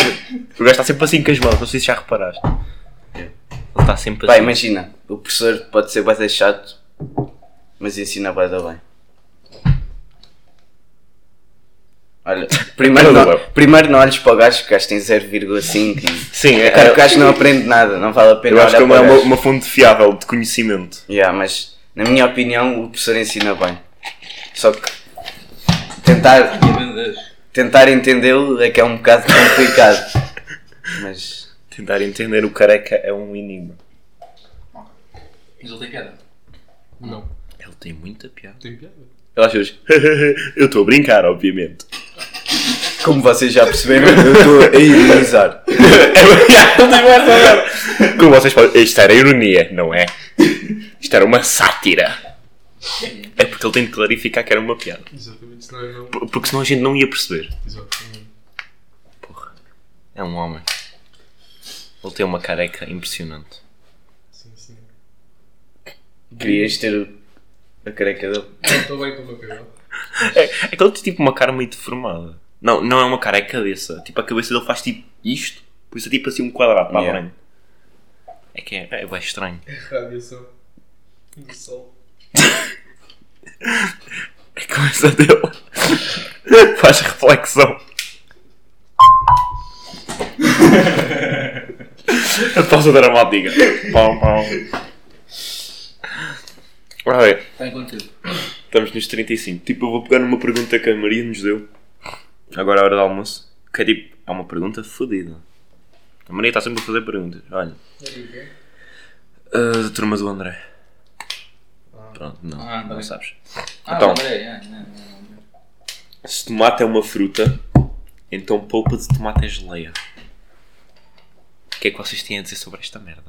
O gajo está sempre assim com as mãos, não sei se já reparaste. Ele está sempre Pá, assim. imagina. O professor pode ser bastante chato, mas ensina bué da bem. Olha, primeiro Bué da não, bem. primeiro não olhes para o gajo, que o gajo tem 0,5. e- Sim, é, Cara, o é, gajo não aprende nada, não vale a pena eu acho que é olhar uma, para o uma, gajo. uma fonte fiável de conhecimento. Yeah, mas na minha opinião o professor ensina bem. Só que tentar, Meu Deus. tentar entendê-lo é que é um bocado complicado. Mas Tentar entender o careca é um enigma. Mas ele tem piada. Não. Ele tem muita piada. Tem piada? Ele acha hoje. eu estou a brincar, obviamente. como vocês já perceberam, eu estou a ironizar. É Como vocês podem. Isto era ironia, não é? Isto era uma sátira. É porque ele tem de clarificar que era uma piada. Exatamente, senão eu não. P- Porque senão a gente não ia perceber. Exatamente. É um homem. Ele tem uma careca impressionante. Sim, sim. Querias ter o- a careca dele. Não estou bem Então com o meu cabelo. É, é que ele tem tipo uma cara meio deformada. Não, não é uma cara, é cabeça. Tipo, a cabeça dele faz tipo isto. Por isso é tipo assim um quadrado para Yeah. a frente. É que é, é, bué estranho. É radiação. Do sol. A cabeça dele faz reflexão. A pausa dramática. Pão, pão. Ora bem, Está em conteúdo. estamos nos 35. Tipo, eu vou pegar numa pergunta que a Maria nos deu. Agora à hora do almoço. Que é tipo, é É uma pergunta fodida. A Maria está sempre a fazer perguntas. Olha, Sabe o quê? Ah, da turma do André. Pronto, não, Ah, não André. sabes. Ah, Então. André, é, não, não, não. Se tomate é uma fruta, então polpa de tomate é geleia. O que é que vocês têm a dizer sobre esta merda?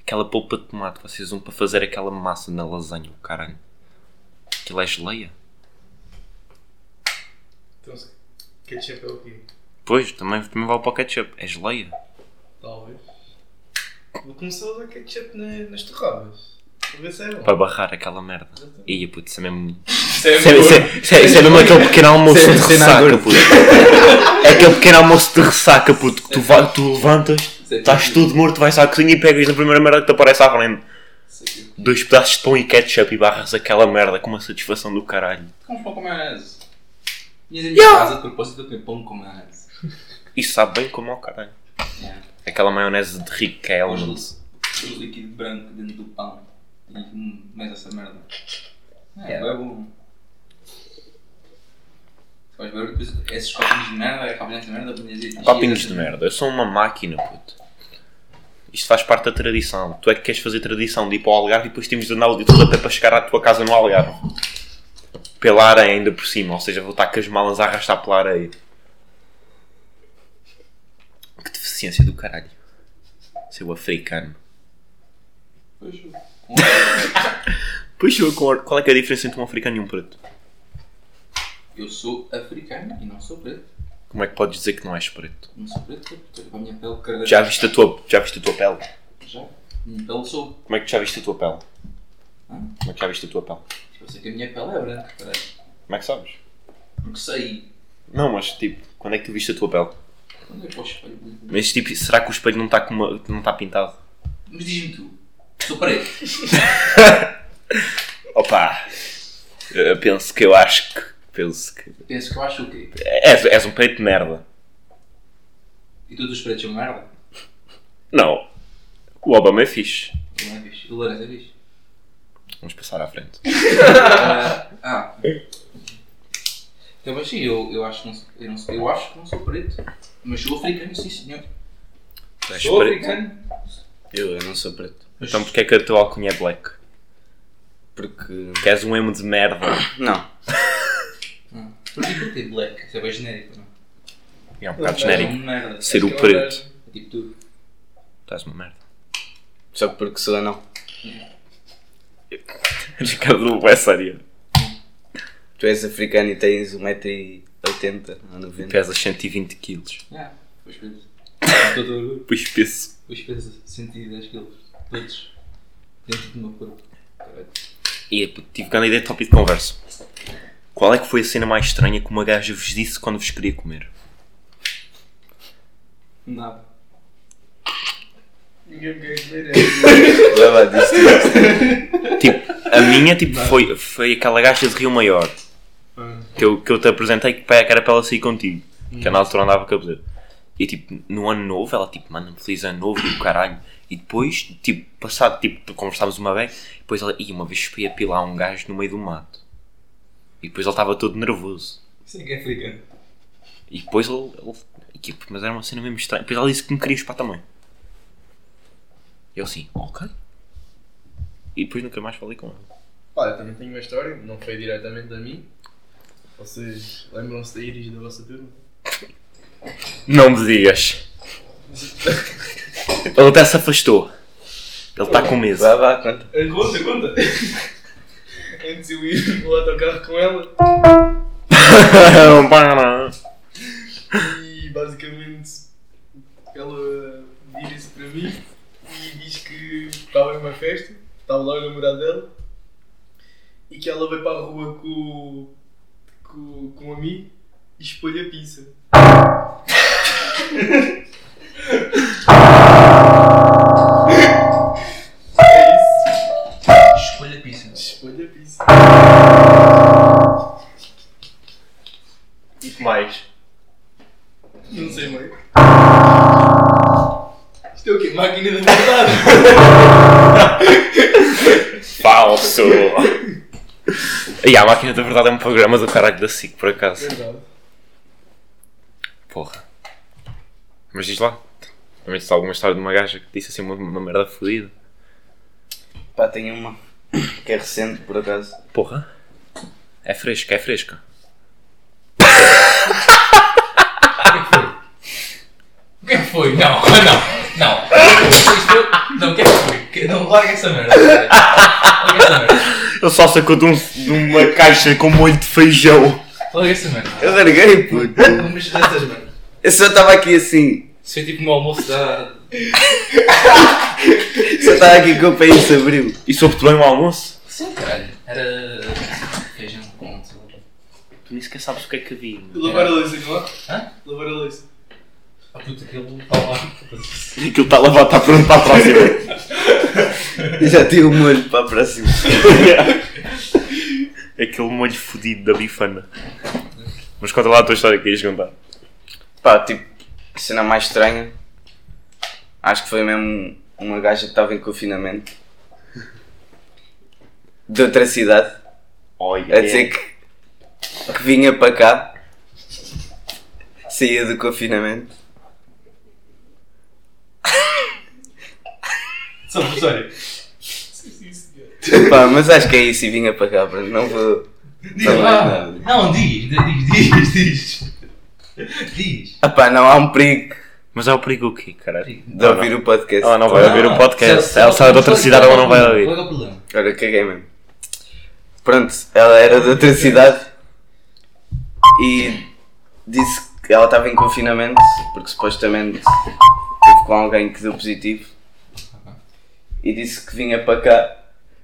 Aquela polpa de tomate que vocês usam para fazer aquela massa na lasanha, o caralho. Aquilo é geleia? Então, ketchup é o quê? Pois, também, também vale para o ketchup. É geleia? Talvez. Vou começar a usar ketchup na- nas torradas. Para ver se é bom. Para barrar aquela merda. Ia puto, isso é mesmo. Isso é Isso é, isso é- isso é- isso é mesmo aquele pequeno almoço Sem- de sem ressaca, nada. puto. É aquele pequeno almoço de ressaca, puto, que tu, va- tu levantas, Sem estás sentido. todo morto, vais à cozinha e pegas na primeira merda que te aparece à frente. Dois pedaços de pão e ketchup e barras aquela merda com uma satisfação do caralho. Como pão com maionese. Minhas em minha casa, de propósito, eu tenho pão com maionese. Isso sabe bem como ao caralho. Yeah. Aquela maionese de rico que é ela. Congelo o líquido branco dentro do pão e hum, mais essa merda. É, é bom. Faz barulho, depois esses copinhos de merda, copinhos de merda, copinhos de Copinhos de merda, eu sou uma máquina, puto. Isto faz parte da tradição. Tu é que queres fazer tradição de ir para o Algarve e depois temos de andar o dia todo a pé para chegar à tua casa no Algarve. Pela areia ainda por cima, ou seja, vou estar com as malas a arrastar pela areia. Que deficiência do caralho. Seu africano. Pois, um- Pois eu concordo. Qual é que é a diferença entre um africano e um preto? eu sou africano e não sou preto. Como é que podes dizer que não és preto? Não sou preto porque com a minha pele cara Já viste a tua, já viste a tua pele? Já. Minha pele sou. Como é que já viste a tua pele? Hum? Como é que já viste a tua pele? Eu sei que a minha pele é branca, caralho. Como é que sabes? Porque sei. Não, mas tipo, quando é que tu viste a tua pele? Quando é que eu espelho? Mas tipo, será que o espelho não está com uma- não está pintado? Mas diz-me tu, sou preto. Opa! Eu penso que eu acho que. Penso que. Penso que eu acho o quê? És, és um preto de merda. E todos os pretos são merda? Não. O Obama é fixe. Não é bicho? O laranja é bicho? Vamos passar à frente. Ah, ah. Então, mas sim, eu, eu, acho que não sou, eu, não sou, eu acho que não sou preto. Mas sou africano, sim senhor. Tu és Sou preto. africano. Eu, eu não sou preto. Então porque é que a tua alcunha é black? Porque. Porque és um emo de merda. Não. Não. Porquê que eu tenho black? Isso é bem genérico, não? É um bocado é? genérico. uma merda. Ser o Aquela preto. merda. É tipo tudo. Estás uma merda. Só porque sou anão. Ricardo, é sério. Tu és africano e tens 1,80m ou 90 Pesas 120 quilos. Yeah. Os presos. Ah, Todo orgulho. Pois peso. Os presos, 110 quilos. Todos. Dentro do meu corpo. Caralho. E é, puto, tive grande ideia de tópico de conversa. Qual é que foi a cena mais estranha que uma gaja vos disse quando vos queria comer? Nada. Ninguém me quer comer. Vai lá, disse tu. Tipo, a minha tipo, foi, foi aquela gaja de Rio Maior que eu, que eu te apresentei que, pá, que era para ela sair contigo. Que eu na altura andava com a cabeça. E tipo, no ano novo, ela tipo, manda-me feliz ano novo e o caralho. E depois, tipo, passado, tipo, conversámos uma vez. Depois ela, e uma vez fui apilar um gajo no meio do mato. E depois ele estava todo nervoso. Isso é que é africano. E depois ele. ele e tipo, mas era uma cena mesmo estranha. Depois ela disse que me queria chupar também. Eu assim, ok. E depois nunca mais falei com ela. Pá, eu também tenho uma história, não foi diretamente a mim. Vocês lembram-se da Iris da vossa turma? Não me digas. Ele até se afastou. Ele está com medo. Vai lá, conta. Conta, conta! Antes eu ir no autocarro com ela e basicamente ela vira-se para mim e diz que estava numa festa, estava lá o namorado dela e que ela veio para a rua com, com, com um amigo e espalha a pizza. é isso. Escolha pizza. é? Escolha pizza. E que mais? Não sei mãe. Isto é o quê? Máquina da verdade? Falso! e a máquina da verdade é um programa do caralho da SIC, por acaso. verdade. Porra. Mas diz lá. Também se alguma história de uma gaja que disse assim uma, uma merda fodida. Pá, tenho uma. Que é recente, por acaso. Porra. É fresca, é fresca. O que é que foi? Não, não, não. Isto- Não, o que é que foi? Que- Não, larga essa merda. cara. Larga essa merda. Ele só sacou de, um, de uma caixa com molho de feijão. Larga essa merda. Eu larguei, puto. Não mexas nessas merdas. Eu só estava aqui assim. Isso foi tipo um almoço da. Só estava aqui com o país abriu. E soube-te bem o almoço? Sim, caralho. Era. Feijão com. sei lá. Tu nem sequer sabes o que é que vi. Lavar a louça, não é? Hã? Lavar a louça. Ah, puta, aquilo está lá. Aquilo tá está lavado, está pronto para a próxima. Eu já tive o molho para a próxima. Aquele molho fodido da bifana. Mas conta lá a tua história que ias contar. Pá, tipo, a cena mais estranha. Acho que foi mesmo uma gaja que estava em confinamento. De outra cidade. Olha. A dizer que, que vinha para cá. Saía do confinamento. Só uma história. Pá, mas acho que é isso e vinha para cá, pronto. Não vou. Diz Também lá. não. Não, diz, diz, diz, diz. Diz. Ah pá, não há um perigo Mas há o perigo o quê, caralho? de ouvir o podcast. Ela não vai ouvir o podcast. ela sai de outra cidade, ela não vai ouvir. Qual é o problema? Agora caguei mesmo. Pronto, ela era de outra cidade e disse que ela estava em confinamento porque supostamente teve com alguém que deu positivo e disse que vinha para cá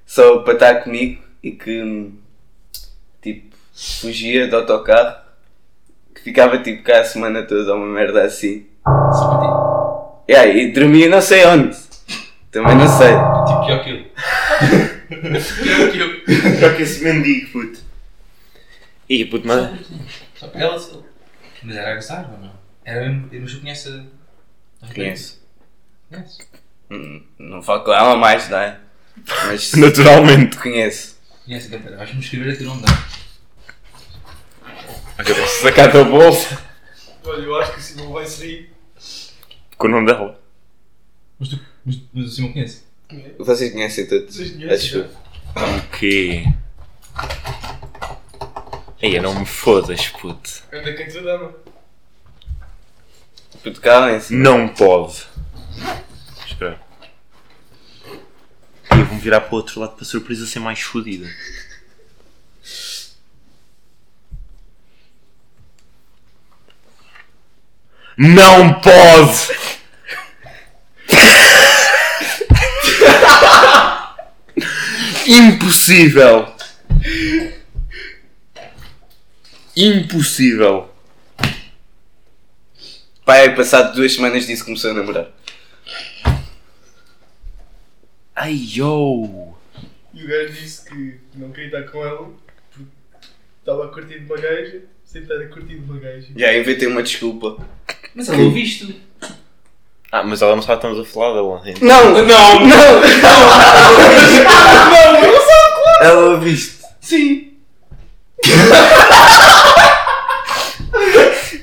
só para estar comigo e que tipo fugia do autocarro que ficava tipo cá a semana toda uma merda assim. Só para ti. E aí dormia não sei onde. Também não sei. Tipo, pior que eu. Pior que eu. Já que esse mendigo, puto. Ih, puto, mas. Só para ela. só- Mas era agradável ou não? Era mesmo. Mas tu conheces a. Conheço. Conheces? Hum, Não falo com ela mais, não é? Mas Naturalmente. te conheço. Conheces a cantora. Vais-me escrever a teu nome. dá. Sacar da bolsa. Olha, eu acho que o Simão vai se rir. Com o nome dela. Mas tu. Mas, mas o Simão conhece. Vocês conhecem todos. Vocês Acho que- conhecem? O quê? Aí, não me fodas, puto. Anda quem te dama. Puto, calem-se. Não pode. Espera. E eu vou-me virar para o outro lado para a surpresa ser mais fodida. Não pode! Impossível! Impossível! Pai, passado duas semanas disse que começou a namorar. Ai, yo! E o gajo disse que não queria estar com ela porque estava a curtir de uma gaja sem estar a curtir de uma gaja. Já inventei uma desculpa. Mas ela ouviste. Ah, mas ela não sabe que estamos a falar dela. hein? Não! Não! Não! Não! Ela ouviste. Sim.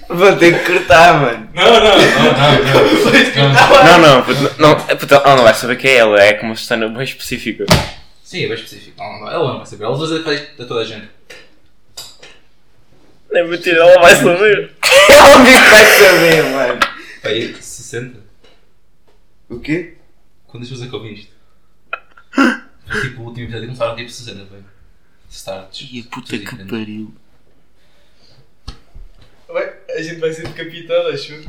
Vou ter que cortar, mano. Não, não, não, não. não. Ah, Não, não, puto, não, é, puto, ela não vai saber quem é ela, é como uma cena bem específica. Sim, é bem específico. Não, não, Ela não vai saber. Ela usa a toda a gente. Nem mentira, ela vai saber. Ela me vai saber, mano. Aí, 60. O quê? Quando as pessoas acabam isto? Foi tipo o último episódio começaram tipo 60, foi. Starts. Ih, puta que Diferente. pariu. Ué, Ah, a gente vai ser decapitado, acho eu.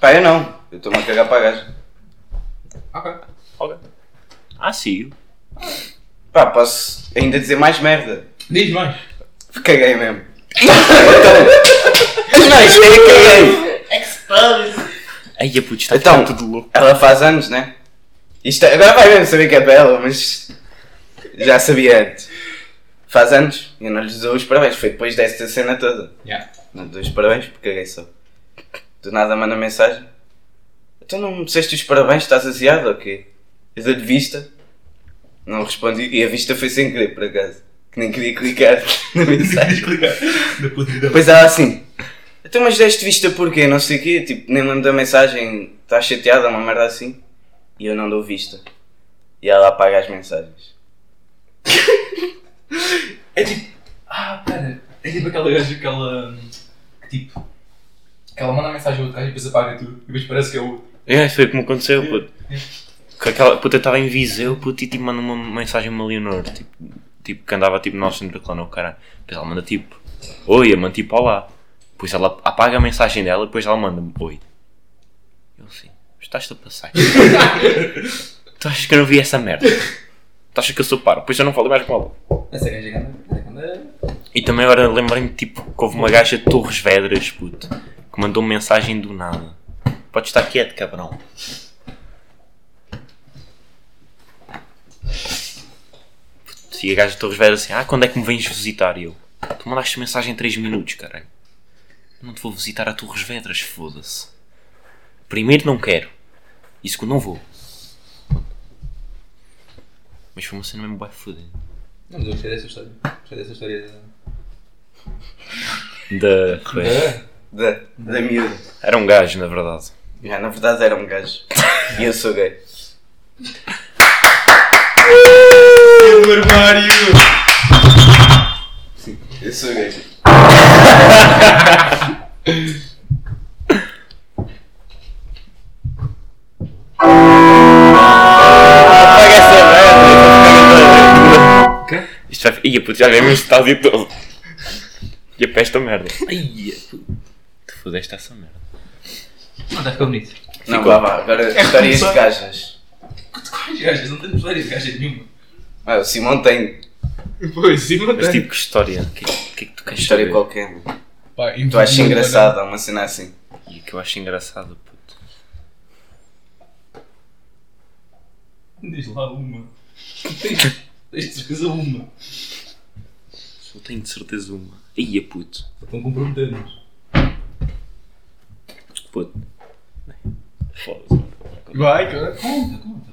Pá, eu não. Eu estou-me a cagar para a gaja. Ok. Ah, sim. Pá, posso ainda dizer mais merda. Diz mais. Caguei mesmo. Então, não, isto é caguei. Ai, puto, está Então. ficando tudo louco. Ela faz anos, né? Isto, agora vai mesmo saber que é para ela, mas já sabia antes. Faz anos, eu não lhes dou os parabéns, foi depois desta cena toda. Yeah. Não dou os parabéns porque caguei só. Do nada manda mensagem. Então não me disseste os parabéns, estás aziado ou quê? Eu dou-lhe vista. Não respondi e a vista foi sem querer, por acaso. Que nem queria clicar na mensagem. Depois ela assim, então mas deste vista porquê? Não sei o quê, tá tipo, nem me mandou mensagem, estás chateada, uma merda assim. E eu não dou vista. E ela apaga as mensagens. É tipo. Ah, pera. É tipo aquela gaja que ela. Que tipo. Que ela manda mensagem a outra gaja e depois apaga tudo. E depois parece que é o. É, foi como aconteceu, puto. Que aquela puta estava em Viseu, puto, e tipo, manda uma mensagem a uma Leonor, tipo, tipo, que andava tipo no nosso centro o cara. Depois ela manda tipo, oi, eu mando tipo, olá. Depois ela apaga a mensagem dela, depois ela manda-me, oi. Eu assim, estás-te a passar. tu achas que eu não vi essa merda? Tu achas que eu sou paro? Depois eu não falo mais com ela. Essa gaja é que anda. que anda- E também agora lembrei-me tipo, que houve uma gaja de Torres Vedras, puto, que mandou uma mensagem do nada. Podes estar quieto, cabrão. Puto, e a gaja de Torres Vedras assim, ah, quando é que me vens visitar? E eu, "Ah, tu mandaste mensagem em 3 minutos, caralho. Não te vou visitar a Torres Vedras, foda-se. Primeiro não quero. E segundo não vou. Mas foi uma cena mesmo bem fodida. Não, mas eu gostei dessa história. Gostei dessa história da. Da... É? Da, da miúda. Era um gajo, na verdade. Já, na verdade era um gajo. E eu sou gay. O armário! Eu sou gay. Apaga essa merda. Isto vai... Ia, puto, já um vemos este estádio todo. Ia para esta é merda. Ai, Tu fodeste essa merda. Não, está a ficar bonito. Não, vá, vá. Agora histórias de gajas. Quanto quais gajas? Não temos história de gaja nenhuma. Ah, o Simão tem Pois, sim, não Mas tem. tipo, que história? O que, é- que é que tu queres história saber? qualquer. Pá, Tu achas engraçado, há uma cena assim. E que eu acho engraçado, puto. Diz lá uma. Tens tens de certeza uma. Só tenho de certeza uma. Ia, puto. Estão comprometendo-nos. Puto. Foda-se. Vai, cara. Conta, conta.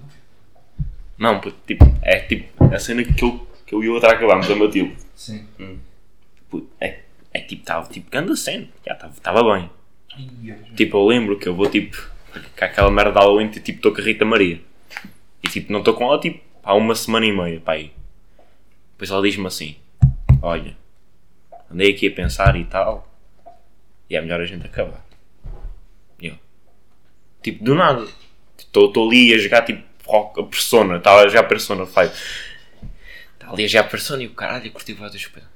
Não, puto, tipo, é tipo, a cena que eu, que eu e o outro acabámos, a Matilde. Sim. Puto, é, é tipo, estava tipo, grande a cena. Já estava- estava bem. Ai, gajo. Tipo, eu lembro que eu vou tipo. com aquela merda de Halloween, tipo, estou com a Rita Maria. E tipo, não estou com ela tipo há uma semana e meia, pá. aí. Depois ela diz-me assim: Olha, andei aqui a pensar e tal. E é melhor a gente acabar. E eu, tipo, do nada. Estou ali a jogar tipo rock, a persona, estava a jogar persona, faz. Estava ali a jogar persona e o caralho, eu curti o voz do espelho.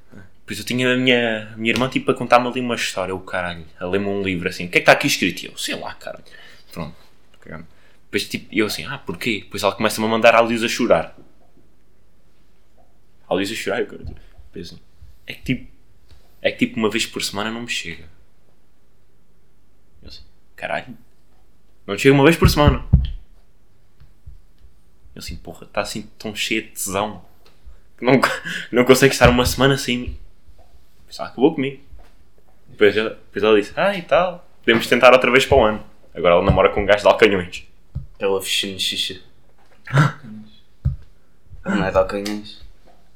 Pois eu tinha a minha, a minha irmã tipo a contar-me ali uma história, o caralho, a ler-me um livro assim, o que é que está aqui escrito? E eu, sei lá, caralho. Pronto, cagando. Depois tipo, eu assim, ah, porquê? Depois ela começa-me a mandar a Luísa chorar. A Luísa chorar, eu quero Depois, assim, é que tipo, é que tipo uma vez por semana não me chega. Eu assim, caralho, não me chega uma vez por semana. Eu assim, porra, está assim tão cheia de tesão que não, não consegue estar uma semana sem mim. Mas ela acabou comigo. Depois ela, depois ela disse, ah e tal, podemos tentar outra vez para o ano. Agora ela namora com um gajo de alcanhões. Ela fechou no xixi. Não é de alcanhões.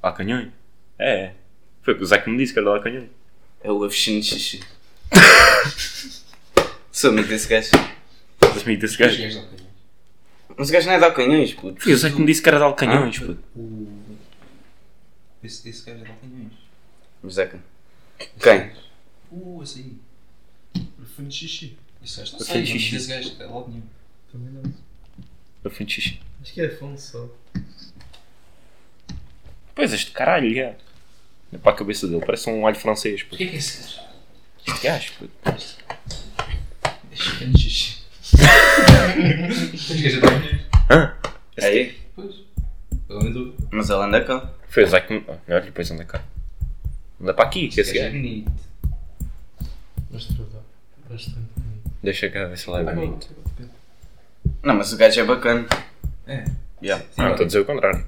Alcanhões? É, é. Foi o que o Zé que me disse que era de alcanhões. É o Avichinho de Xixi. Sou amigo desse gajo. Mas amigo desse gajo. Gajo não tem. Mas o gajo não é de alcanhões, puto. Foi o Zé que me disse que era de alcanhões, puto. O- Esse, esse gajo é de Alcanhões. Mas é que- Quem? Uh, esse aí. Profundo xixi. Esse gajo tá não Eu sei, tenho mas xixi. esse gajo é logo nenhum. Também não. Eu fui de xixi. Acho que é Afonso Pois este caralho, é. É para a cabeça dele, parece um alho francês, O puto. que é que é esse gajo? Este gajo, puto. É chicano de xixi. Esse gajo é de Alcanhões. Hã? É Pois. Pelo menos eu. Mas ela anda cá. Foi o Zé que me... Ah, Olha, depois anda cá. Anda para aqui, esse gajo é gajo. bonito. Mas tipo, tratar. Bastante. Deixa cá ver se lá é bonito. Não, mas o gajo é bacana. É. Yeah. Não, estou a dizer o contrário.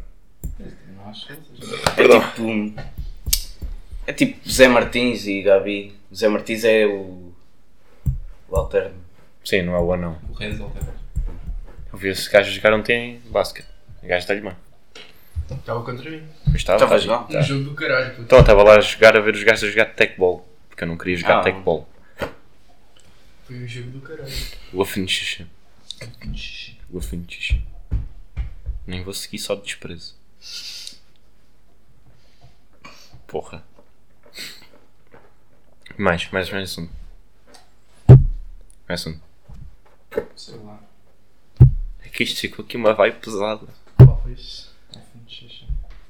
Não acho que ele seja. Perdão. É tipo. É tipo Zé Martins e Gabi. Zé Martins é o. O alterno. Sim, não é o anão. O rei dos Alcanhões. Eu vi esse gajo jogar ontem em basquete. O gajo está-lhe bem. Estava contra mim. Mas tá estava. Estava a estava- jogar? Um jogo do caralho, puto. Então, eu estava lá a jogar, a ver os gajos a jogar tecball. Porque eu não queria jogar Ah. tecball. Foi um jogo do caralho. O afinchicha. Xixi. O afinchicha. Nem vou seguir só de desprezo. Porra. Mais, mais, mais assunto. Mais assunto. Sei lá. É que isto ficou aqui uma vibe pesada. Talvez.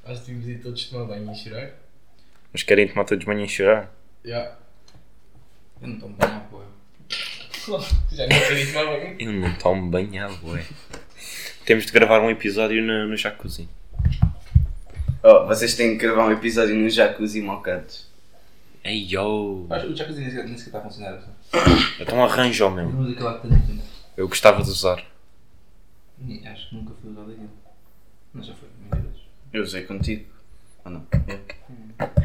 Acho que devíamos ir todos tomar banho e chorar. Mas querem tomar todos banho e chorar? Já. Eu não tomo banho, pô. Já não queria tomar banho. Eu não tomo banho, ah, bué. Temos de gravar um episódio no, no jacuzzi. Oh, vocês têm que gravar um episódio no jacuzzi mocados. Ei, yo! Mas o jacuzzi nem sequer é nem tá sequer está a funcionar. só. Então arranja o meu. Não uso aquele lá que tem aqui, né? Eu gostava de usar. Nem- Acho que nunca fui usado aquilo. Mas já foi, muitas vezes. Eu usei contigo. Ou não?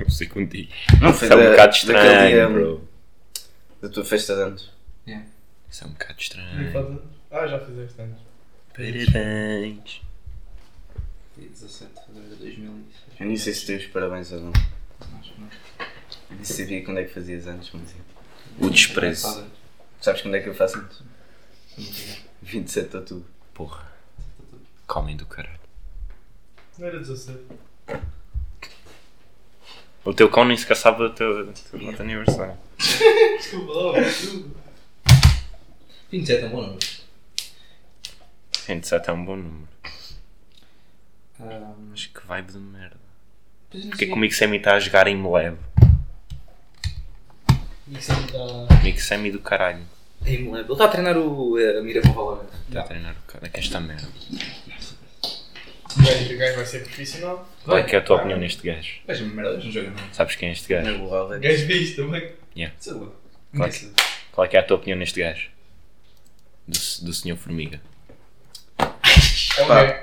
Eu sei contigo. Não foi Isso é um da- bocado daquele dia, estranho, bro. Da tua festa de antes. Isso é um bocado Nem estranho. faz anos. Ah, já fizeste anos. Parabéns. Dia 17 de fevereiro de 2006. Eu nem sei se dei os parabéns ou não. Acho que não. Eu nem sabia quando é que fazias anos, mas. sim. O desprezo. Sabes quando é que eu faço anos? Não 27 de outubro. Porra. Comem do caralho. Não era 17. O teu cão nem sequer sabe o teu, teu data de aniversário. Desculpa lá, desculpa. 27 é um bom número. 27 é um bom número. Ahm, Mas que vibe de merda. Ah, Pois eu não Porque sei. comigo Sammy está a jogar em me leve. Isso é muito. Comigo Sammy do caralho. Ei, me lembro. Ele está a treinar o, eh, a mira para o Valorant. Está a treinar o cara. Que esta merda. O gajo vai ser profissional. Qual é que é a tua opinião neste gajo? Mas merda, eles não jogam não. Sabes quem é este gajo? Meu Alex. O gajo vê isto também. Sei lá. Claro que- Qual é que é a tua opinião neste gajo? Do, s- do senhor Formiga. É um Pá. gajo.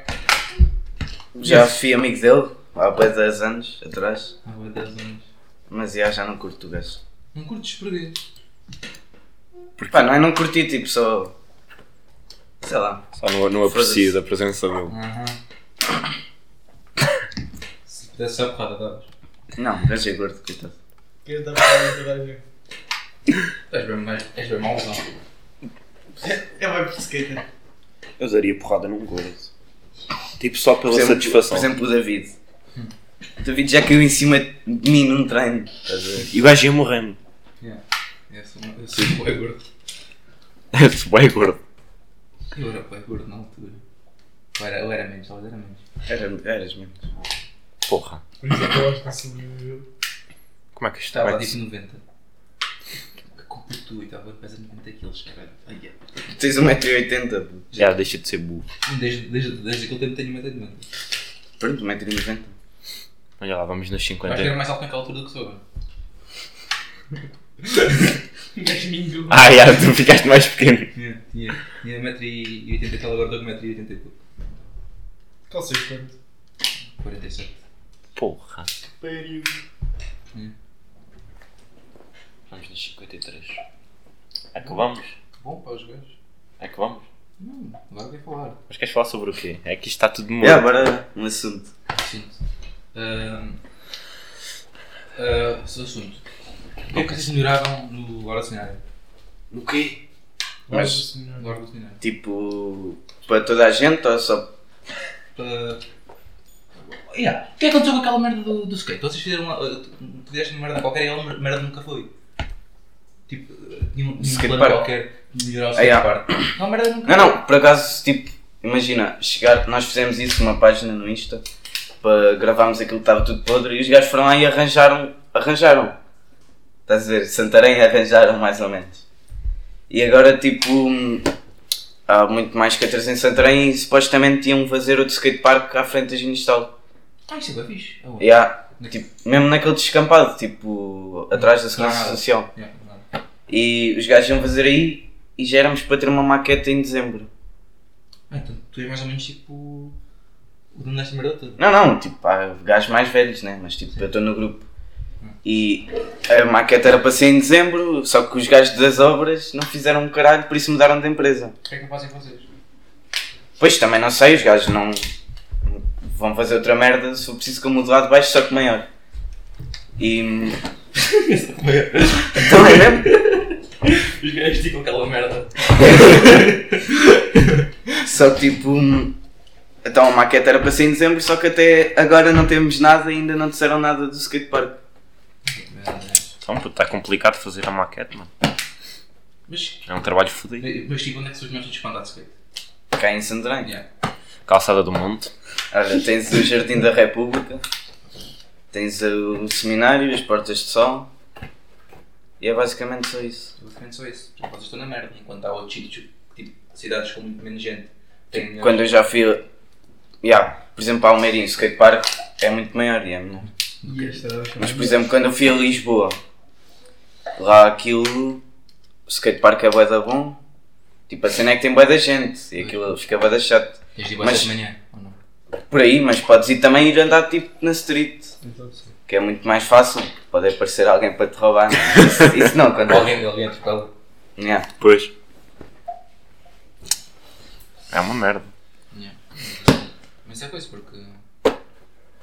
Já fui amigo dele há bem 10 anos atrás, Ah, meu Deus, anos. mas já, já não curto o gajo. Não curtes porquê? Pá, não é não curti, tipo só. Sei lá. Só não, não aprecio Foda-se. da presença dele. Aham. Uhum. Se pudesse ser a porrada, davas. Não, o gajo é gordo, coitado. O gajo está a falar toda a gente. És bem mais. És bem mau, não. É vai por skater. Eu daria porrada num gordo. Tipo só pela Por exemplo, satisfação. Por exemplo, o David. O David já caiu em cima de mim num treino. Estás a ver? E o gajo ia morrendo. Yeah. Eu sou eu sou um bué gordo. Eu sou bem É, tipo, gordo. Eu era bué gordo na altura. Ou era, ou era menos, talvez era menos. Era, eras mesmo. Porra. Por isso é que eu acho que sobreviveu. Como é que isto Estava vai? tipo 90. Que culpa é tu e estava pesa 90 quilos, caralho. Ai, é. Tu tens 1,80m. pô. Já deixa de ser burro. Desde, desde, desde aquele tempo tenho 90 de menos. Pronto, 1,90m. Olha lá, vamos nos Acho 50. que era mais alto naquela altura do que sou. agora. Um O gajo mingou. Ah, já, tu ficaste mais pequeno. Tinha, tinha, tinha 1,80m, aquela gorda com 1,80m e pouco. Qual seis quanto? 47. Porra. Pariu. Vamos nos 53. Acabamos? Bom para os gajos. Acabamos? Não, Hum, agora quer falar. Mas queres falar sobre o quê? É que isto está tudo morto. Já, agora um assunto. Assunto. Ahm, ah, seu assunto. O que é que vocês melhoravam no Hora do Seminário? O quê? Mas- No Hora do Seminário. Tipo, para toda a gente ou só. Ah, yeah. O que é que aconteceu com aquela merda do, do skate? Vocês fizeram. uma- ah, tu tu fizeste uma merda qualquer e ela mer- merda nunca foi. Tipo, ah, tinha um, tinha um plano Skatepark. qualquer de melhorar o Ah, yeah. skatepark. Não, merda nunca Não, não, por acaso, tipo, imagina, chegar, nós fizemos isso numa página no Insta para gravarmos aquilo que estava tudo podre e os gajos foram lá e arranjaram. Arranjaram. Estás a ver? Santarém arranjaram mais ou menos. E agora, tipo, hum, há muito mais skaters em Santarém e supostamente iam fazer outro skatepark à frente da Ginestal. Ah, isso é bem fixe. É bom. E há, tipo, mesmo naquele descampado, tipo, atrás da Segurança Claro. Social. Yeah, não. E os gajos iam fazer aí e já éramos para ter uma maqueta em dezembro. Ah, então tu és mais ou menos tipo o dono desta merda toda. Não, não, tipo, há gajos mais velhos, né? Mas tipo, eu estou no grupo. E a maqueta era para ser em dezembro, só que os gajos das obras não fizeram um caralho, por isso mudaram de empresa. O que é que eu faço em vocês? Pois também não sei, os gajos não vão fazer outra merda se for preciso que eu mude lá de baixo, só que maior. E. é Então é mesmo? Os gajos ficam aquela merda. Só que tipo. Então a maquete era para sair em dezembro, só que até agora não temos nada e ainda não disseram nada do skatepark. Mas, Então, puto, está complicado fazer a maquete, mano. mas, É um trabalho fodido. mas tipo, onde é que são os meus sítios para andar de skate? Cá em Santarém. Yeah. Calçada do monte. Olha, tens o Jardim da República, tens o seminário, as portas de sol. E é basicamente só isso. Eu defendo só isso. Tipo, Vocês estão na merda, enquanto há outros sítios, tipo, cidades com muito menos gente. Tem, Quando eu já fui. Yeah, por exemplo, a Almeirinho, o skatepark é muito maior e é menor. E esta era Mas por exemplo, quando eu fui a Lisboa, lá aquilo. O skatepark é bué da bom. Tipo, a cena é que tem bué da gente e aquilo fica bué da chato. Tens de ir Mas- mas... de manhã, ou não? Por aí, mas podes ir também ir andar tipo na street, que é muito mais fácil. Pode aparecer alguém para te roubar. não é? Isso, isso não, quando. Alguém, alguém a trocá-lo. Yeah. Pois. É uma merda. Yeah. Mas é coisa, porque.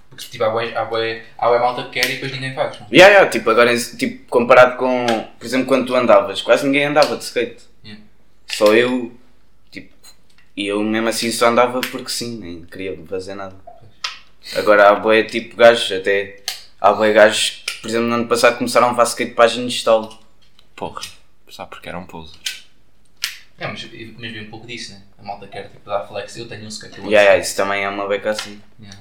Porque tipo, há bué, há bué, há bué malta que quer e depois ninguém faz. Não? é? Yeah, yeah, tipo, agora, tipo, comparado com, por exemplo, quando tu andavas, quase ninguém andava de skate. Yeah. Só eu, tipo, e eu mesmo assim só andava porque sim, nem queria fazer nada. Agora há boé tipo gajos, até há boé gajos que, por exemplo, no ano passado começaram a levar skate para a Ginestol. Porra. Só porque era um pouso. É, mas, mas vi um pouco disso, né? A malta quer tipo, dar flex, eu tenho um skate. eu outro. Yeah, yeah, isso também é uma beca assim. Yeah.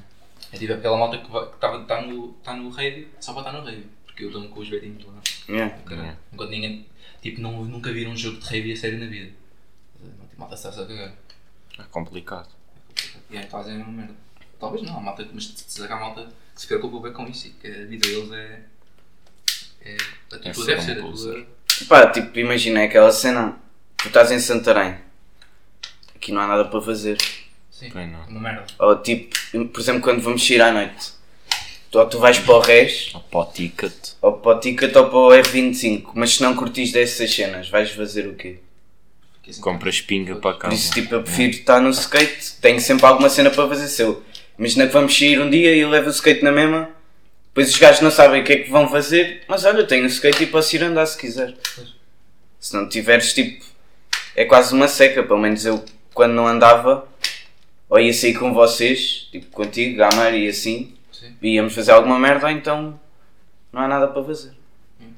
É tipo aquela malta que vai- que estava tá no, tá no rave, só para estar no rave. Porque eu dou-me com os velhinhos lá. Yeah. Caralho. Yeah. Enquanto ninguém. Tipo, não, nunca viram um jogo de rave a sério na vida. Tipo, Malta está-se a cagar. É complicado. E é, fazem uma merda. Talvez não, a malta, mas se se há malta que se preocupa bem com isso e que a vida deles é. é a tua É tua ser deve um ser, a loser. tua. Pá, tipo, imagina é aquela cena, tu estás em Santarém, aqui não há nada para fazer. Sim, Pois não. é uma merda. Ou tipo, por exemplo, quando vamos sair à noite, tu, ou tu vais para o Rés, Ou para o ticket. ou para o Ticket, ou para o R25, mas se não curtis dessas cenas, vais fazer o quê? Porque assim, Compras pinga para Por casa. isso, tipo, eu prefiro estar no skate, tenho sempre alguma cena para fazer seu. Imagina que vamos sair um dia e eu levo o skate na mesma, depois os gajos não sabem o que é que vão fazer, mas olha, eu tenho o skate e posso ir andar se quiser. Pois. Se não tiveres, tipo, é quase uma seca, pelo menos eu, quando não andava, ou ia sair com vocês, tipo, contigo, Gamar e assim, Sim. e íamos fazer alguma merda, ou então não há nada para fazer. Hum.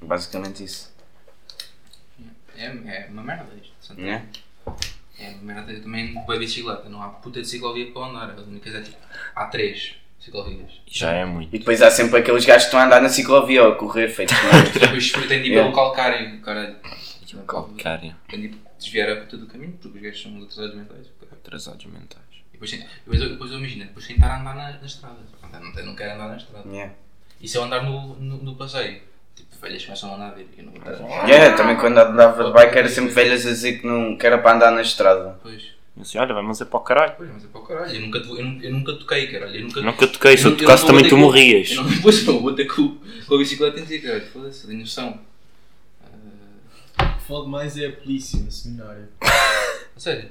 Basicamente isso, É, é uma merda isto. portanto, né? É uma merda eu também boa bicicleta. Não há puta de ciclovia para andar. As únicas é tipo. Há três ciclovias. Já é muito. E depois há sempre aqueles gajos que estão a andar na ciclovia ou a correr, feito com Depois tem de ir Yeah. pelo calcário, caralho. Calcária. Tem de ir desviar a puta do caminho, porque os gajos são atrasados mentais. caralho. Atrasados mentais. E Depois, tem- depois, eu- depois eu imagino, depois tentar andar na, na estrada. Andar- Não, não quero andar na estrada. yeah. E se eu andar no, no, no passeio? Tipo, velhas começam a andar a ver. Eu não vou estar. yeah, também quando andava de bike era sempre velhas a dizer que, não, que era para andar na estrada. Pois, Eu disse, olha, vamos é para o caralho. pois, mas é para o caralho. Eu nunca, eu nunca, eu nunca toquei, caralho. Eu nunca. Nunca toquei, se eu eu não- eu tocasse não vou também tu ter- morrias. Eu não, pois não, vou ter com, com a bicicleta em ti, caralho. Foda-se, tenho noção. que fode mais é a polícia no seminário. A sério.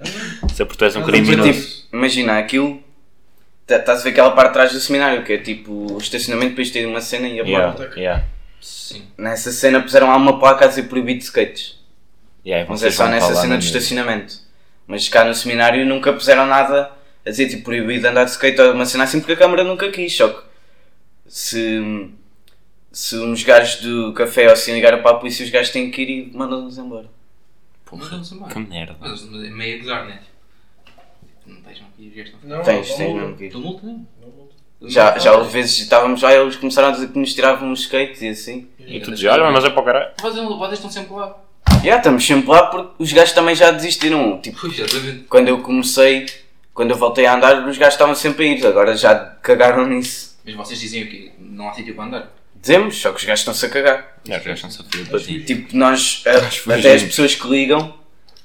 Se é porque tu és um Mas, Mas, criminoso. tipo, imagina, aquilo. tá- Estás a ver aquela parte de trás do seminário que é tipo o estacionamento, depois tem uma cena e a porta. Yeah, yeah. Sim. Nessa cena puseram lá uma placa a dizer proibido de skates. Yeah, e Mas é vocês só vão nessa falar cena na do mesma. estacionamento. Mas cá no seminário nunca puseram nada a dizer tipo proibido de andar de skate ou uma cena assim porque a câmara nunca quis. Só que se, se uns gajos do café ou assim ligaram para a polícia, os gajos têm que ir e mandam-nos embora. Porra, Mandam-se embora. que merda. Mas, mas é meio a gozar, né? Tipo, não tens não que ir, os gajos estão a Não, tens, não tens muda. mesmo que ir. Tu multa, não? Ah, Não muda. Já, já houve vezes estávamos lá e eles começaram a dizer que nos tiravam os skates e assim. E tu dizes, olha, mas é para o caralho. Vocês, vocês estão sempre lá. Já estamos sempre lá porque os gajos também já desistiram. Tipo, Pois, exatamente. quando eu comecei, quando eu voltei a andar, os gajos estavam sempre a ir. Agora já cagaram nisso. Mas vocês dizem o quê? Não há sítio para andar. Dizemos, só que os gajos estão-se a cagar. Já estão-se a foder para ti. Tipo, nós, a- até as pessoas que ligam,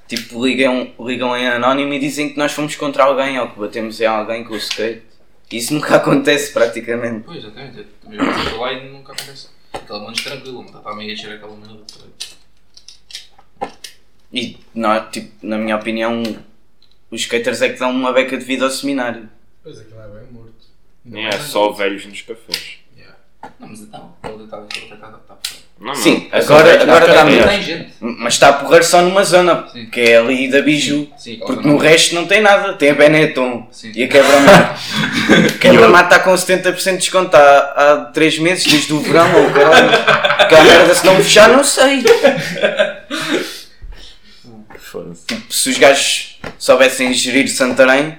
tipo, ligam, ligam em anónimo e dizem que nós fomos contra alguém ou que batemos em alguém com o skate. Isso nunca acontece praticamente. Pois, exatamente. é Eu Também passei por lá e nunca acontece. Aquela mano tranquila, mas está meio a encher aquela mano. E, nós, tipo, na minha opinião, os skaters é que dão uma beca de vida ao seminário. Pois aquilo é bem morto. Nem é só velhos nos cafés. Yeah. Não, mas então, a outra estava está tá, Não, não. Sim, É só agora- ver- agora Ok, tá é. melhor. Tem gente. Mas está a porrer só numa zona, Sim. que é ali da Biju. Sim, Porque no resto não tem nada, tem a Benetton Sim. e a Quebra-Mar. Quebra-Mar está com 70% de desconto há, há 3 meses, desde o verão ou o caralho. Que a merda, se não fechar, não sei. Foda-se. Se os gajos soubessem gerir Santarém,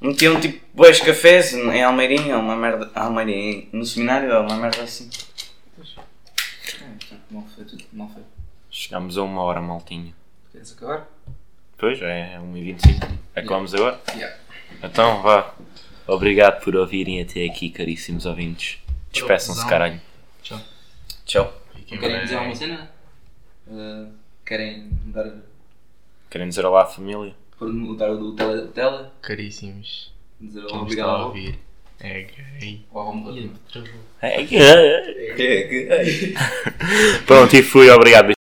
metiam tipo dois cafés em Almeirinha, ou uma merda. Almeirinha, no seminário, ou uma merda assim. Mal feito, tudo mal feito. Chegámos a uma hora, maltinha. Queres acabar? Pois, é 1h25. Acabamos agora? Yeah. Então, vá. Obrigado por ouvirem até aqui, caríssimos ouvintes. Despeçam-se, Profusão. caralho. Tchau. Fiquem Querem bem. dizer alguma cena? Ah, querem dar, Querem dizer olá à família? por, dar o tele, o tele? Caríssimos. Dizer Quem me Então, obrigado está a ao ouvir é gay. ao É, Romulo. Pronto, e fui, obrigado.